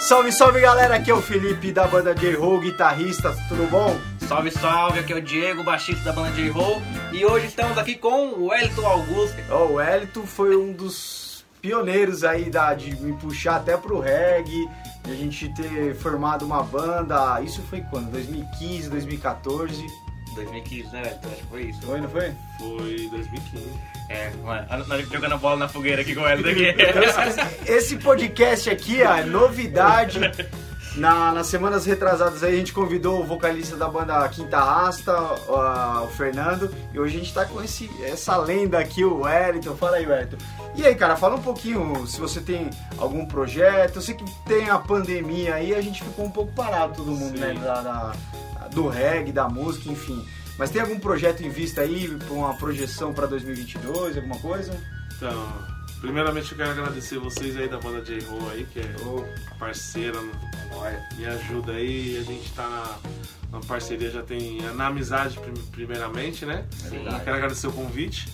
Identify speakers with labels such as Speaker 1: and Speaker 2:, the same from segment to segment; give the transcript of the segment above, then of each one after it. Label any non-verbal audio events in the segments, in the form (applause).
Speaker 1: Salve, salve galera, aqui é o Felipe da banda J-Roll, guitarrista, tudo bom?
Speaker 2: Salve, salve, aqui é o Diego, baixista da banda J-Roll. E hoje estamos aqui com o Wellington Augusto.
Speaker 1: Ó, o Elito foi um dos pioneiros aí da, de me puxar até pro reggae, de a gente ter formado uma banda, isso foi quando? 2015, 2014,
Speaker 2: 2015, né, Wellington? Acho que foi isso.
Speaker 1: foi, não foi?
Speaker 3: Foi 2015.
Speaker 2: É, mano, nós jogando bola na fogueira aqui com o Wellington aqui.
Speaker 1: Esse podcast aqui, ó, é novidade. Na, nas semanas retrasadas aí a gente convidou o vocalista da banda Quinta Rasta, ó, o Fernando, e hoje a gente tá com esse, essa lenda aqui, o Wellington. Fala aí, Wellington. E aí, cara, fala um pouquinho se você tem algum projeto. Eu sei que tem a pandemia aí, a gente ficou um pouco parado todo mundo,
Speaker 3: Sim.
Speaker 1: né? da- da- do reggae, da música, enfim. Mas tem algum projeto em vista aí, pra uma projeção pra 2022, alguma coisa?
Speaker 3: Então, primeiramente eu quero agradecer vocês aí da banda J-Ho aí, que é
Speaker 1: Ô,
Speaker 3: parceira, me ajuda aí. A gente tá na, na parceria já tem é na amizade prim- primeiramente, né?
Speaker 2: Sim.
Speaker 3: Eu quero agradecer o convite.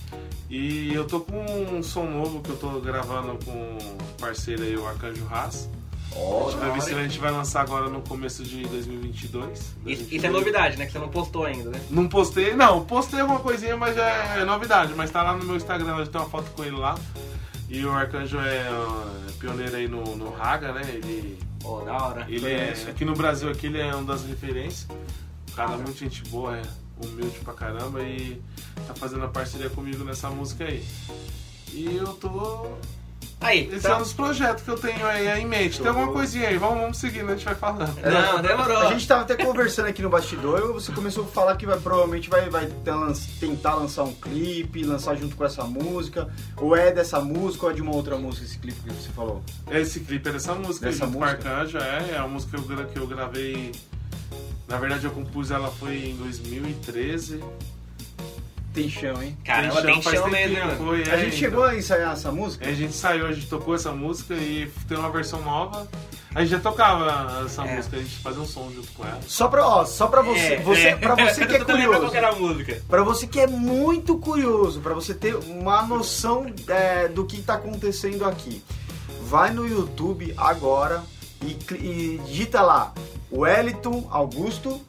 Speaker 3: E eu tô com um som novo que eu tô gravando com um parceiro aí, o Arcanjo Haas. A gente vai ver se a gente vai lançar agora no começo de 2022.
Speaker 2: (laughs) Isso, isso é novidade, né? Que você não postou ainda, né?
Speaker 3: Não postei, não, postei alguma coisinha, mas é, é novidade. Mas tá lá no meu Instagram, hoje tem uma foto com ele lá. E o Arcanjo é ó, pioneiro aí no, no Raga, né? Ele,
Speaker 2: Pô, da hora.
Speaker 3: ele é, aqui no Brasil aqui ele é uma das referências. Um cara muito gente boa, é humilde pra caramba e tá fazendo a parceria comigo nessa música aí. E eu tô.
Speaker 2: Aí,
Speaker 3: Esses
Speaker 2: tá.
Speaker 3: são os projetos que eu tenho aí é em mente. Tem alguma coisinha aí, vamos, vamos seguindo, a gente vai falando.
Speaker 2: Não, demorou.
Speaker 1: A gente tava até conversando aqui no bastidor, e você começou a falar que vai, provavelmente vai, vai ter lan- tentar lançar um clipe, lançar junto com essa música, ou é dessa música ou é de uma outra música esse clipe que você falou?
Speaker 3: Esse clipe é dessa música,
Speaker 1: Dessa
Speaker 3: Essa junto
Speaker 1: música?
Speaker 3: com Arcanjo, é, é a música que eu, gra- que eu gravei. Na verdade eu compus ela foi em 2013.
Speaker 1: Tem chão, hein?
Speaker 2: Caramba, tem
Speaker 3: faz
Speaker 2: chão mesmo,
Speaker 3: tempinho,
Speaker 2: né, mano?
Speaker 3: Foi, é,
Speaker 1: a gente chegou a ensaiar essa música?
Speaker 3: A gente saiu, a gente tocou essa música e tem uma versão nova. A gente já tocava essa
Speaker 2: É.
Speaker 3: música, a gente fazia um som junto com ela.
Speaker 1: Só pra, ó, só pra você,
Speaker 2: É,
Speaker 1: você,
Speaker 2: é.
Speaker 1: pra você que é
Speaker 2: (laughs) Eu tô tentando lembrar
Speaker 1: curioso.
Speaker 2: qual que era a música.
Speaker 1: Pra você que é muito curioso, pra você ter uma noção é, do que tá acontecendo aqui, vai no YouTube agora e, cli- e digita lá Wellington Augusto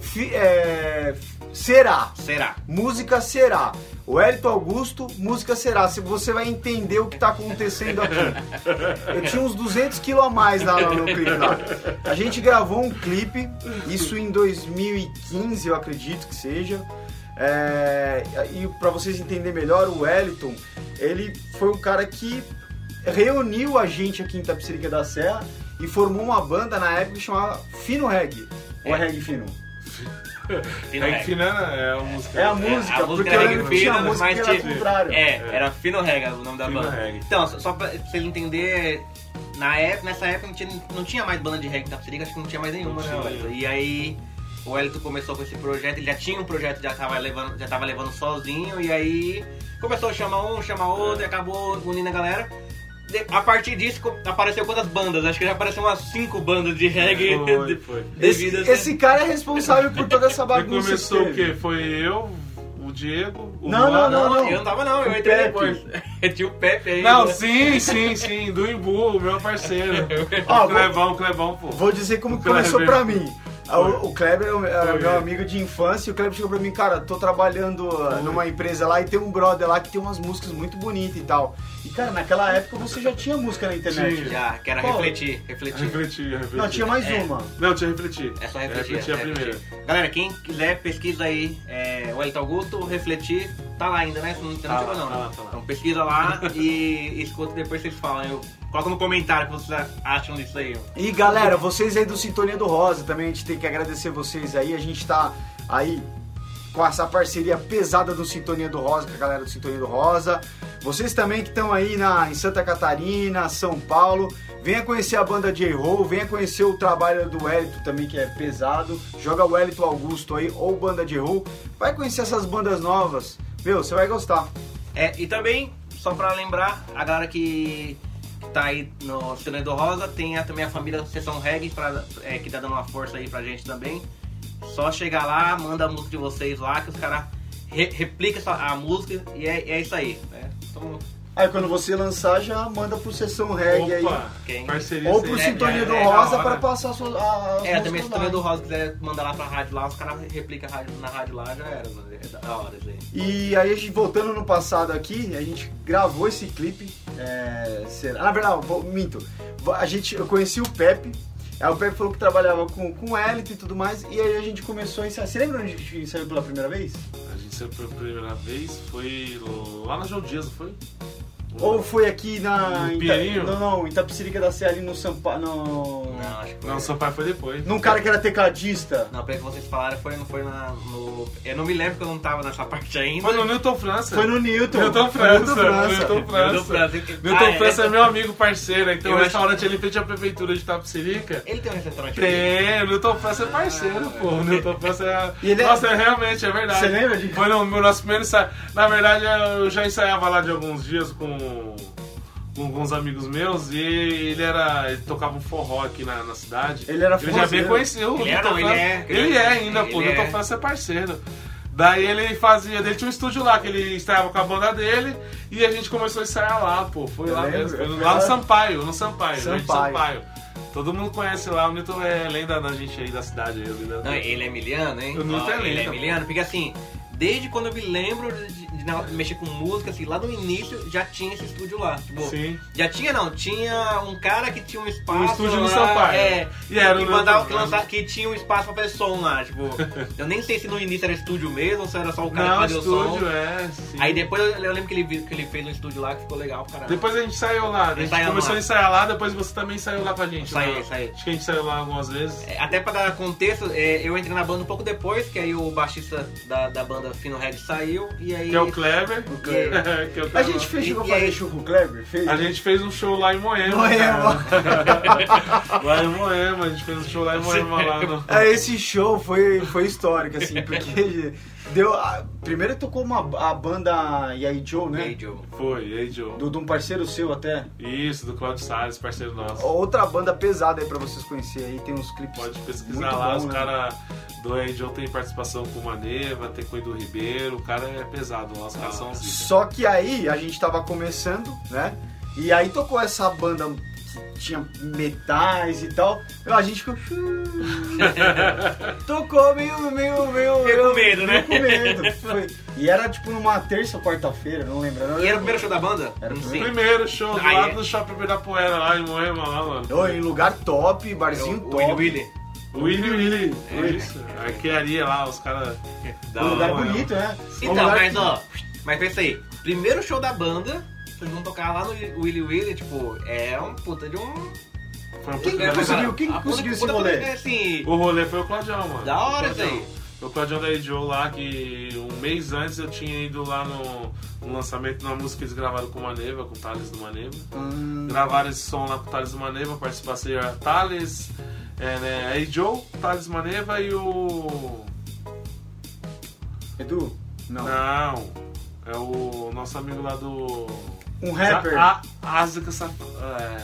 Speaker 1: Fi- é, será.
Speaker 2: Será?
Speaker 1: Música será. O Hélito Augusto, música será. Se você vai entender o que tá acontecendo aqui. Eu tinha uns 200 quilos a mais lá no meu clipe lá. A gente gravou um clipe, isso em 2015, eu acredito que seja. É, e para vocês entenderem melhor, o Wellington, ele foi um cara que reuniu a gente aqui em Tapicerica da Serra e formou uma banda na época que chamava Fino Reggae. Ou é Reggae Fino?
Speaker 2: Fino
Speaker 3: É que
Speaker 2: Rega.
Speaker 3: Finana é a música.
Speaker 1: É a
Speaker 2: É,
Speaker 1: música,
Speaker 2: a música
Speaker 1: porque
Speaker 2: era
Speaker 1: eu
Speaker 2: Reggae
Speaker 1: lembro que tinha a
Speaker 2: Fino,
Speaker 1: música que
Speaker 2: mas
Speaker 1: era ao
Speaker 2: tinha-
Speaker 1: contrário.
Speaker 2: É, era Fino Rega o nome da
Speaker 3: Fino
Speaker 2: banda.
Speaker 3: Rega.
Speaker 2: Então, só, só pra você entender, na época, nessa época não tinha, não tinha mais banda de reggae da Tapsirica, acho que não tinha mais nenhuma,
Speaker 3: Não
Speaker 2: né,
Speaker 3: tinha.
Speaker 2: Wellington? E aí o Wellington começou com esse projeto, ele já tinha um projeto, já tava levando, já tava levando sozinho, e aí começou a chamar um, chamar
Speaker 3: É.
Speaker 2: outro, e acabou unindo a galera. De- A partir disso co- apareceu quantas bandas? Acho que já apareceu umas cinco bandas de reggae. (laughs)
Speaker 3: Foi, foi.
Speaker 1: Esse,
Speaker 2: devido a-
Speaker 1: esse cara é responsável por toda
Speaker 3: (laughs)
Speaker 1: essa
Speaker 3: E
Speaker 1: bagunça.
Speaker 3: né? começou o
Speaker 1: que teve.
Speaker 3: quê? Foi eu, o Diego, o
Speaker 1: Não,
Speaker 3: Luan,
Speaker 1: não, não.
Speaker 2: Eu não tava não, eu
Speaker 1: O
Speaker 2: entrei
Speaker 1: Pepe.
Speaker 2: depois. (laughs) Tinha o Pepe aí.
Speaker 3: Não,
Speaker 2: né?
Speaker 3: sim, sim, sim, do Imbu, o meu parceiro.
Speaker 2: (laughs)
Speaker 1: Ó,
Speaker 3: o Clevão, o Clevão, pô.
Speaker 1: Vou dizer como
Speaker 3: O
Speaker 1: que começou
Speaker 3: Kleber.
Speaker 1: pra mim. Ah, O, o Kleber é o- era
Speaker 3: Foi.
Speaker 1: meu amigo de infância e o Kleber chegou pra mim, cara, tô trabalhando ah, numa empresa lá e tem um brother lá que tem umas músicas muito bonitas e tal. E, cara, naquela época você já tinha música na internet.
Speaker 3: Tinha.
Speaker 2: Já, que era
Speaker 1: Qual?
Speaker 2: refletir, refletir.
Speaker 3: Refleti, refleti.
Speaker 1: Não, tinha mais
Speaker 2: É.
Speaker 1: uma.
Speaker 3: Não, tinha refletir.
Speaker 2: É só refletir.
Speaker 3: Refletir
Speaker 2: é,
Speaker 3: a primeira.
Speaker 2: refletir. Galera, quem quiser, pesquisa aí. É, o Elton Augusto, refletir, tá lá ainda, né? Você não, você não
Speaker 3: Tá
Speaker 2: chegou
Speaker 3: lá,
Speaker 2: não,
Speaker 3: tá
Speaker 2: né?
Speaker 3: lá, tá lá.
Speaker 2: Então pesquisa lá e (laughs) escuta depois vocês falam. Eu coloca no comentário o que vocês acham disso aí. ó.
Speaker 1: E galera, vocês aí do Sintonia do Rosa também, a gente tem que agradecer vocês aí. A gente tá aí com essa parceria pesada do Sintonia do Rosa, com a galera do Sintonia do Rosa. Vocês também que estão aí na, em Santa Catarina, São Paulo, venha conhecer a banda J-Roll, venha conhecer o trabalho do Wellington também, que é pesado. Joga o Wellington Augusto aí, ou banda J-Roll. Vai conhecer essas bandas novas. Meu, você vai gostar.
Speaker 2: É, e também, só pra lembrar, a galera que tá aí no Cinema do Rosa, tem a- também a família Sessão Reggae, pra, é, que tá dando uma força aí pra gente também. Só chegar lá, manda a música de vocês lá, que os caras re, replicam essa- a música e é, é isso aí. Né? Então,
Speaker 1: Aí quando você lançar, já manda pro Sessão Reggae aí.
Speaker 3: Opa,
Speaker 2: Quem?
Speaker 3: parceria
Speaker 1: Ou pro
Speaker 2: é-
Speaker 3: sem-
Speaker 1: Sintonia
Speaker 2: é-
Speaker 1: do
Speaker 2: é da
Speaker 1: Rosa
Speaker 3: hora.
Speaker 1: pra passar sua, a, as
Speaker 2: É, também
Speaker 1: músicas
Speaker 2: se
Speaker 1: lá.
Speaker 2: também do Rosa quiser mandar lá pra rádio lá, os caras replicam a rádio- na rádio lá, já era, mano. É da hora isso aí.
Speaker 1: E aí, a gente, voltando no passado aqui, a gente gravou esse clipe. É, será- ah, na verdade, vou- minto. A gente, eu conheci o Pepe. Aí o Pepe falou que trabalhava com, com o Elito e tudo mais. E aí a gente começou a ensaiar. Você lembra onde a gente ensaiou pela primeira vez?
Speaker 3: A gente saiu pela primeira vez, foi lá na João Dias, não foi?
Speaker 1: Ou foi aqui na.
Speaker 3: No
Speaker 1: em Ita-
Speaker 3: Pinheirinho?
Speaker 1: não, não, em Itapecerica da Sé, ali no Sampaio. No,
Speaker 2: Não, acho que foi.
Speaker 3: Não, seu pai foi depois.
Speaker 1: num cara que era tecladista.
Speaker 2: Não, pelo que vocês falaram, foi, não foi na, no... Eu não me lembro que eu não tava nessa (laughs) parte ainda.
Speaker 3: Foi no Newton França.
Speaker 1: Foi no Newton. Foi no
Speaker 3: Newton França. Newton
Speaker 2: Eu dou pra
Speaker 3: França.
Speaker 2: dizer que-
Speaker 3: Newton
Speaker 2: Ah, é.
Speaker 3: França é meu amigo parceiro, então
Speaker 2: Eu
Speaker 3: o
Speaker 2: acho-
Speaker 3: restaurante ali frente à prefeitura de Tapicerica.
Speaker 2: Ele tem um restaurante aqui.
Speaker 3: Tem, o Newton França é parceiro, pô. O Newton França é.
Speaker 1: E ele é-
Speaker 3: Nossa, é realmente, é verdade.
Speaker 1: Você lembra de-
Speaker 3: Foi no meu nosso primeiro ensaio. Na verdade, eu já ensaiava lá de alguns dias com, com alguns amigos meus e ele era. Ele tocava um forró aqui na, na cidade.
Speaker 1: Ele era
Speaker 3: Ele já bem
Speaker 1: forrozeiro.
Speaker 3: conheceu o
Speaker 2: Ele
Speaker 3: Newton
Speaker 2: era, não, ele
Speaker 3: França.
Speaker 2: é.
Speaker 3: Ele é ainda, pô. O
Speaker 2: Ele
Speaker 3: Newton
Speaker 2: é.
Speaker 3: França é parceiro. Daí ele fazia, ele tinha um estúdio lá que ele estava com a banda dele e a gente começou a ensaiar lá, pô. Foi
Speaker 1: Eu
Speaker 3: lá
Speaker 1: lembro,
Speaker 3: mesmo, foi
Speaker 1: eu
Speaker 3: no-
Speaker 1: fui
Speaker 3: lá
Speaker 1: lá-
Speaker 3: no Sampaio, no Sampaio, no Jardim
Speaker 1: Sampaio.
Speaker 3: Sampaio. Todo mundo conhece lá, o Newton é lenda da gente aí da cidade. Aí, lenda
Speaker 2: Não, ele é miliano, hein?
Speaker 3: O Newton
Speaker 2: Ó,
Speaker 3: é
Speaker 2: Ele é
Speaker 3: lenda.
Speaker 2: miliano, porque assim, desde quando eu me lembro de, de- de mexer com música, assim, lá no início já tinha esse estúdio lá. Tipo,
Speaker 3: Sim.
Speaker 2: Já tinha não, tinha um cara que tinha um espaço.
Speaker 3: Um estúdio no
Speaker 2: lá,
Speaker 3: Sampaio.
Speaker 2: É,
Speaker 3: E era
Speaker 2: que,
Speaker 3: o
Speaker 2: mandava,
Speaker 3: Newton
Speaker 2: que, lançava- que tinha um espaço pra fazer som lá,
Speaker 3: (laughs)
Speaker 2: tipo. eu nem sei se no início era estúdio mesmo ou se era só o cara
Speaker 3: Não,
Speaker 2: que fazia o som.
Speaker 3: estúdio, é. Sim.
Speaker 2: Aí depois eu, eu lembro que ele, vi- que ele fez um estúdio lá que ficou legal pra caralho.
Speaker 3: Depois a gente saiu lá, a gente
Speaker 2: Ensaiamos
Speaker 3: começou
Speaker 2: lá.
Speaker 3: a ensaiar lá, depois você também saiu lá com a gente.
Speaker 2: Saí,
Speaker 3: né?
Speaker 2: saí.
Speaker 3: Acho que a gente saiu lá algumas vezes.
Speaker 2: É, Até pra dar contexto, é, eu entrei na banda um pouco depois, que aí o baixista da, da banda Fino Red saiu, e aí.
Speaker 3: Que é o Kleber.
Speaker 1: O Kleber.
Speaker 3: (laughs) que eu
Speaker 1: A
Speaker 3: tava-
Speaker 1: gente fez, chegou a
Speaker 2: E-
Speaker 1: fazer
Speaker 2: e-
Speaker 1: show com o Kleber? Fez?
Speaker 3: A gente fez um show lá em Moema.
Speaker 1: Moema.
Speaker 3: cara. lá em Moema, a gente fez um
Speaker 2: (laughs)
Speaker 3: show lá em Moema lá no.
Speaker 1: É, esse show foi, foi histórico, assim,
Speaker 2: (laughs)
Speaker 1: porque deu. a- primeiro tocou uma, a banda Yai Joe,
Speaker 2: E
Speaker 1: né?
Speaker 2: aí, Diogo?
Speaker 3: Foi, e aí, Joe?
Speaker 1: Do, de um parceiro seu até.
Speaker 3: Isso, do Claudio Salles, parceiro nosso.
Speaker 1: Outra banda pesada aí pra vocês conhecerem aí, tem uns clipes.
Speaker 3: Pode pesquisar
Speaker 1: muito
Speaker 3: lá,
Speaker 1: bom,
Speaker 3: os
Speaker 1: né?
Speaker 3: caras do Aí Joe tem participação com o Maneva, tem com o Edu Ribeiro, o cara é pesado lá, os caras são zica.
Speaker 1: Só que aí a gente tava começando, né? E aí tocou essa banda que tinha metais e tal. A gente ficou. "Hum."
Speaker 2: (laughs)
Speaker 1: tocou meio, meio, meio.
Speaker 2: Fiquei com
Speaker 1: meio-
Speaker 2: medo, né?
Speaker 1: Com medo. Foi. E era tipo numa terça ou quarta-feira, não lembro. não
Speaker 2: E era o
Speaker 1: lembro.
Speaker 2: primeiro show da banda?
Speaker 1: Era o
Speaker 2: Sim.
Speaker 1: primeiro.
Speaker 3: Primeiro show, do
Speaker 2: Ah,
Speaker 3: lado
Speaker 2: é?
Speaker 3: do Shopping Ibirapuera, lá em Moema, lá, mano.
Speaker 1: Ô, em lugar top, barzinho
Speaker 2: O, o
Speaker 1: top.
Speaker 2: Willy Willy.
Speaker 3: Willy Willy,
Speaker 2: É.
Speaker 3: isso. Arquearia lá, os caras.
Speaker 2: Da
Speaker 1: Um lugar
Speaker 2: hora.
Speaker 1: bonito, né? Um
Speaker 2: Então,
Speaker 1: lugar
Speaker 2: mas
Speaker 1: que-
Speaker 2: ó, mas pensa aí, primeiro show da banda, vocês vão tocar lá no Willy Willy, tipo, é um puta de um.
Speaker 3: Foi um
Speaker 1: Quem
Speaker 3: puta
Speaker 1: conseguiu?
Speaker 3: galera.
Speaker 1: quem
Speaker 2: a puta-
Speaker 1: conseguiu esse
Speaker 2: puta-
Speaker 1: rolê?
Speaker 2: puta- assim,
Speaker 3: O rolê foi o Claudião, mano.
Speaker 2: Da hora
Speaker 3: O
Speaker 2: isso
Speaker 3: Claudião.
Speaker 2: aí.
Speaker 3: O Claudião da Joe lá, que um mês antes eu tinha ido lá no, no lançamento de uma música que eles gravaram com o Maneva, com o Thales do Maneva.
Speaker 1: Hum,
Speaker 3: Gravaram esse som lá com o Thales do Maneva, participação era Thales, é, né, aí Joe, Thales Maneva e o.
Speaker 1: Edu? Não.
Speaker 3: Não. É o nosso amigo lá do.
Speaker 1: Um rapper?
Speaker 3: A, a, Ásica Saf- é,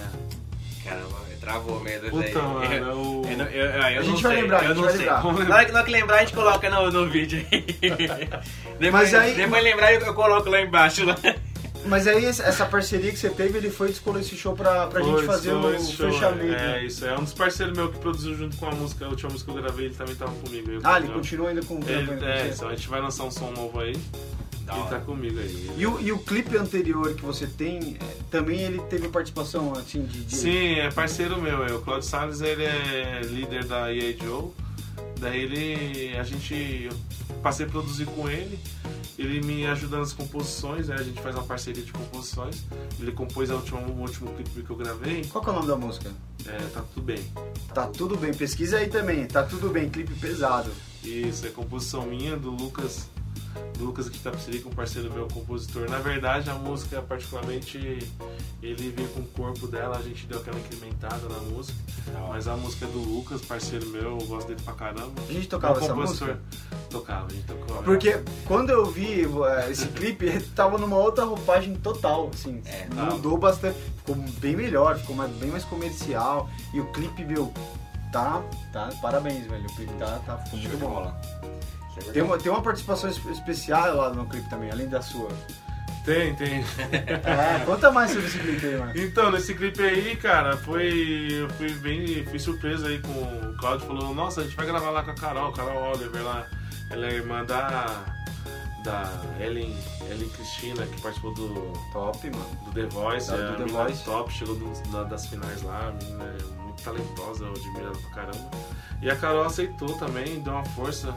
Speaker 2: Caramba, travou mesmo isso aí.
Speaker 3: Puta, mano.
Speaker 2: Eu-
Speaker 3: é o-
Speaker 2: eu não- eu- eu- eu
Speaker 1: A
Speaker 2: não
Speaker 1: gente vai
Speaker 2: sei,
Speaker 1: lembrar, a
Speaker 2: eu
Speaker 1: gente
Speaker 2: não
Speaker 1: vai
Speaker 2: sei.
Speaker 1: lembrar.
Speaker 3: Vamos
Speaker 2: Na hora, que, na hora que lembrar, a gente coloca no, no vídeo
Speaker 1: (laughs)
Speaker 2: aí. depois,
Speaker 1: Mas aí-
Speaker 2: depois lembrar, eu, eu coloco lá embaixo. né? Lá.
Speaker 1: Mas aí esse- essa parceria que você teve, ele foi e descolou esse show pra, pra gente
Speaker 3: Foi,
Speaker 1: fazer um
Speaker 3: foi
Speaker 1: o
Speaker 3: esse show,
Speaker 1: fechamento.
Speaker 3: É, é isso. É um dos parceiros meu que produziu junto com a música, a última música que eu gravei, ele também tava comigo. aí,
Speaker 1: Ah,
Speaker 3: o
Speaker 1: ele
Speaker 3: Claudião.
Speaker 1: continua ainda com o trampo
Speaker 3: Ele,
Speaker 1: ainda
Speaker 3: é,
Speaker 1: com você.
Speaker 3: então a gente vai lançar um som novo aí.
Speaker 2: Da
Speaker 3: ele
Speaker 2: hora.
Speaker 3: tá comigo aí.
Speaker 1: E o, e o clipe anterior que você tem, é, também ele teve participação assim de. de-
Speaker 3: Sim, é parceiro meu. É. O Claudio Salles ele é líder da EA Joe. Daí ele. A gente. Eu passei a produzir com ele. Ele me ajuda nas composições, né? A gente faz uma parceria de composições. Ele compôs a última, o último clipe que eu gravei.
Speaker 1: Qual que é o nome da música?
Speaker 3: É, tá tudo bem.
Speaker 1: Tá tudo bem, pesquisa aí também. Tá tudo bem, clipe pesado.
Speaker 3: Isso, é composição minha, do Lucas. Do Lucas aqui tá com um parceiro meu, compositor. Na verdade, a música, particularmente, ele veio com o corpo dela, a gente deu aquela incrementada na música. Mas a música é do Lucas, parceiro meu, eu gosto dele pra caramba.
Speaker 1: A gente tocava
Speaker 3: Meu
Speaker 1: essa
Speaker 3: compositor.
Speaker 1: música?
Speaker 3: Tocava, a gente tocava.
Speaker 1: Porque quando eu vi é, esse clipe, ele tava numa outra roupagem total, assim.
Speaker 2: É,
Speaker 3: tava.
Speaker 1: mudou bastante. Ficou bem melhor, ficou mais- bem mais comercial. E o clipe, meu, tá. tá parabéns, velho. O clipe tá, tá ficou muito bom. Tem uma, tem uma participação es- especial lá no clipe também, além da sua.
Speaker 3: Tem, tem.
Speaker 1: É, conta mais sobre esse clipe aí, mano.
Speaker 3: Então, nesse clipe aí, cara, foi. Eu fui bem. Fui surpreso aí com o Claudio falou, nossa, a gente vai gravar lá com a Carol, Carol Oliver lá. Ela é irmã da. Da Ellen, Ellen Cristina, que participou do,
Speaker 1: Top, mano.
Speaker 3: do The Voice,
Speaker 1: Da-
Speaker 3: é,
Speaker 1: do
Speaker 3: a
Speaker 1: The
Speaker 3: menina
Speaker 1: Voice.
Speaker 3: top, chegou nos- na- das finais lá, a menina é muito talentosa, eu admiro ela pra caramba. E a Carol aceitou também, deu uma força.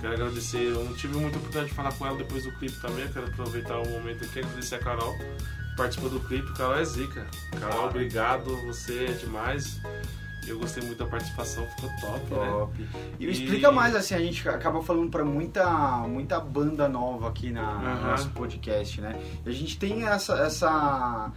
Speaker 3: Quero agradecer, eu não tive muita oportunidade de falar com ela depois do clipe também, eu quero aproveitar o momento aqui e agradecer a Carol, que participou do clipe, Carol é zica. Carol,
Speaker 2: Claro.
Speaker 3: obrigado, você é demais. Eu gostei muito da participação, ficou top, né?
Speaker 1: Top. E,
Speaker 3: E-
Speaker 1: explica mais, assim, a gente acaba falando pra muita, muita banda nova aqui na, no
Speaker 3: Aham.
Speaker 1: nosso podcast, né? E a gente tem essa, essa,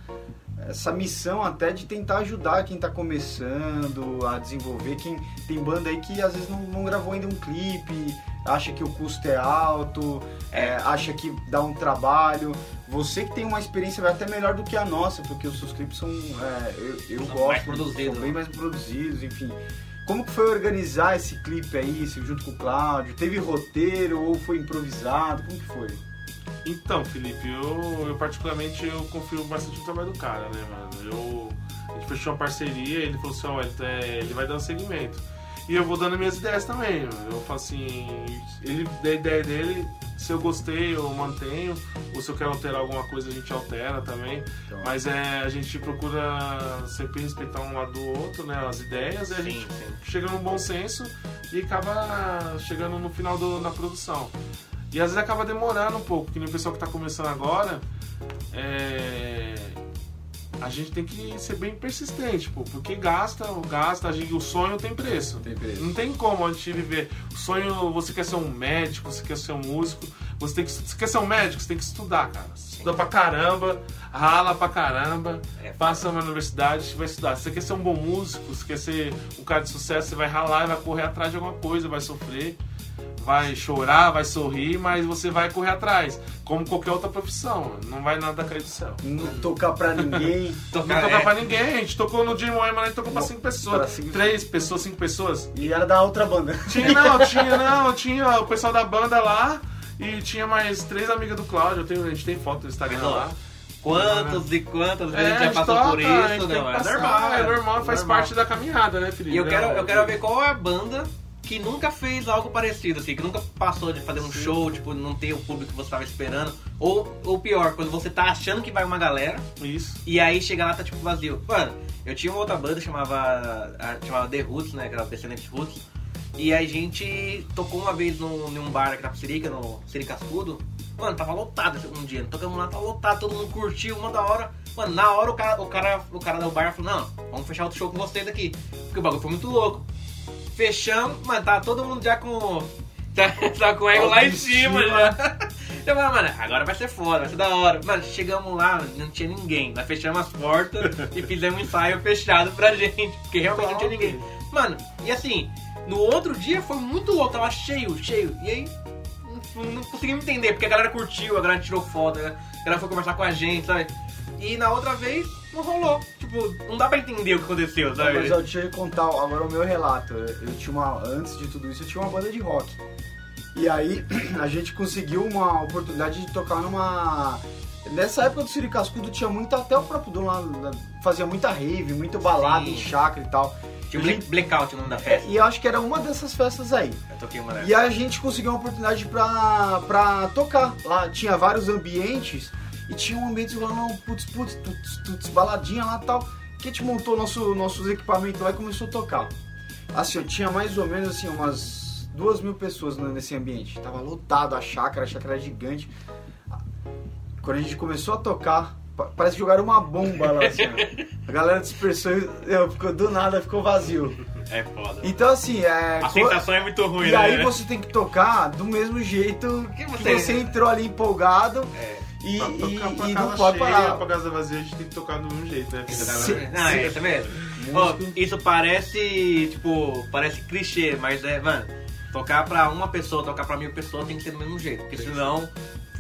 Speaker 1: essa missão até de tentar ajudar quem tá começando a desenvolver. Quem tem banda aí que às vezes não, não gravou ainda um clipe, acha que o custo é alto, é, acha que dá um trabalho. Você que tem uma experiência até melhor do que a nossa, porque os seus clipes são. é, eu eu
Speaker 2: São
Speaker 1: gosto,
Speaker 2: mais
Speaker 1: são
Speaker 2: produzidos, né?
Speaker 1: bem mais produzidos, enfim. Como que foi organizar esse clipe aí, esse- junto com o Cláudio? Teve roteiro ou foi improvisado? Como que foi?
Speaker 3: Então, Felipe, eu, eu particularmente eu confio bastante no trabalho do cara, né, mano? Eu, a gente fechou uma parceria, ele falou assim, ó, ele, tá- ele vai dar um segmento. E eu vou dando minhas ideias também, mano. Eu falo assim, ele da ideia dele, se eu gostei, eu mantenho, ou se eu quero alterar alguma coisa, a gente altera também.
Speaker 1: Então,
Speaker 3: Mas é, a gente procura sempre respeitar um lado do outro, né? As ideias, e a gente
Speaker 2: Sim, sim.
Speaker 3: chega no bom senso e acaba chegando no final do- da produção. E às vezes acaba demorando um pouco, que nem o pessoal que está começando agora, é, a gente tem que ser bem persistente, pô, porque gasta, gasta, a gente- o sonho tem preço.
Speaker 1: tem preço.
Speaker 3: Não tem como a gente viver. O sonho, você quer ser um médico, você quer ser um músico, você tem que. estu- Você quer ser um médico, você tem que estudar, cara. Estuda pra caramba, rala pra caramba,
Speaker 2: É.
Speaker 3: passa na universidade, você vai estudar. Se você quer ser um bom músico, se quer ser um cara de sucesso, você vai ralar e vai correr atrás de alguma coisa, vai sofrer, vai chorar, vai sorrir, mas você vai correr atrás. Como qualquer outra profissão, não vai nada cair do céu.
Speaker 1: Não tocar pra ninguém.
Speaker 3: Não
Speaker 2: Tocar,
Speaker 3: tocar
Speaker 2: é,
Speaker 3: pra ninguém, a gente tocou no Jim Moema, a gente tocou pra
Speaker 1: Bom,
Speaker 3: cinco
Speaker 1: pra
Speaker 3: pessoas.
Speaker 1: cinco-
Speaker 3: Três pessoas, cinco pessoas.
Speaker 1: E era da outra banda.
Speaker 3: Tinha, não, tinha, não, tinha o pessoal da banda lá e tinha mais três amigas do Cláudio. Eu tenho- a gente tem foto do Instagram
Speaker 2: Olha lá.
Speaker 3: lá.
Speaker 2: é, Quantos e quantas
Speaker 3: É,
Speaker 2: vezes a gente já passou
Speaker 3: toca,
Speaker 2: por
Speaker 3: a gente
Speaker 2: isso,
Speaker 3: tem
Speaker 2: não?
Speaker 3: que
Speaker 2: É
Speaker 3: passar,
Speaker 2: normal.
Speaker 3: é normal, faz parte da caminhada, né, Felipe?
Speaker 2: E eu quero,
Speaker 3: É,
Speaker 2: eu quero ver qual é a banda que nunca fez algo parecido, assim, que nunca passou de fazer um show, tipo, não ter o público que você tava esperando. Ou, ou pior, quando você tá achando que vai uma galera
Speaker 3: Isso.
Speaker 2: e aí chega lá tá tipo vazio. Mano, eu tinha uma outra banda chamava. a- chamava The Roots, né? Que era Descendentes Roots. E a gente tocou uma vez num, num bar aqui na Psirica, no Siricascudo. Mano, tava lotado esse- um dia. Tocamos lá, tava lotado, todo mundo curtiu, uma da hora. Mano, na hora o cara, o cara, o cara do bar falou, não, vamos fechar outro show com vocês aqui. Porque o bagulho foi muito louco. Fechamos, mano, tava todo mundo já com. (laughs) Tá, tá com o ego lá em cima já. Eu falei, mano, agora Então, vai ser foda, vai ser da hora. Mano, chegamos lá, não tinha ninguém. Nós fechamos as portas
Speaker 1: (laughs)
Speaker 2: e fizemos um ensaio fechado pra gente. Porque realmente não tinha ninguém. Mano, e assim, no outro dia foi muito louco, tava cheio, cheio. E aí, não, não consegui me entender, porque a galera curtiu, a galera tirou foto, a galera- a galera foi conversar com a gente, sabe? E na outra vez, não rolou. Tipo, não dá pra entender o que aconteceu,
Speaker 1: Não,
Speaker 2: sabe?
Speaker 1: Mas ó, deixa eu contar agora o meu relato. Eu tinha uma, antes de tudo isso, eu tinha uma banda de rock. E aí (clears throat) a gente conseguiu uma oportunidade de tocar numa. Nessa época do Siri Cascudo tinha muito, até o próprio dono lá fazia muita rave, muito balada
Speaker 2: Sim.
Speaker 1: em chácara e tal.
Speaker 2: Tinha Black- blackout o nome da festa.
Speaker 1: E eu acho que era uma dessas festas aí.
Speaker 2: Eu toquei uma dessas.
Speaker 1: E a gente conseguiu uma oportunidade pra, pra tocar. Lá tinha vários ambientes e tinha um ambiente lá, não, putz, putz, tuts, tuts, baladinha lá e tal. Que a gente montou nosso, nossos equipamentos lá e começou a tocar. Assim, eu tinha mais ou menos assim, umas duas mil pessoas né, nesse ambiente. Tava lotado a chácara, a chácara era gigante. Quando a gente começou a tocar, pa- parece que jogaram uma bomba lá assim. ó. A galera dispersou e eu, ficou, do nada ficou vazio.
Speaker 2: É foda.
Speaker 1: Então assim, é.
Speaker 2: A
Speaker 1: co-
Speaker 2: sensação é muito ruim,
Speaker 1: e
Speaker 2: né?
Speaker 1: aí você tem que tocar do mesmo jeito que
Speaker 2: Que
Speaker 1: você,
Speaker 2: você-
Speaker 1: entrou ali empolgado
Speaker 2: É.
Speaker 1: e,
Speaker 3: Pra
Speaker 1: e-
Speaker 3: tocar pra
Speaker 1: e
Speaker 3: casa
Speaker 1: não pode
Speaker 3: cheia,
Speaker 1: parar.
Speaker 3: pra casa vazia, a gente tem que tocar do mesmo jeito, né? Felipe?
Speaker 1: Se-
Speaker 2: Não, é isso mesmo. Ó, isso parece, tipo, parece clichê, mas é, mano, tocar pra uma pessoa, tocar pra mil pessoas tem que ser do mesmo jeito. Porque senão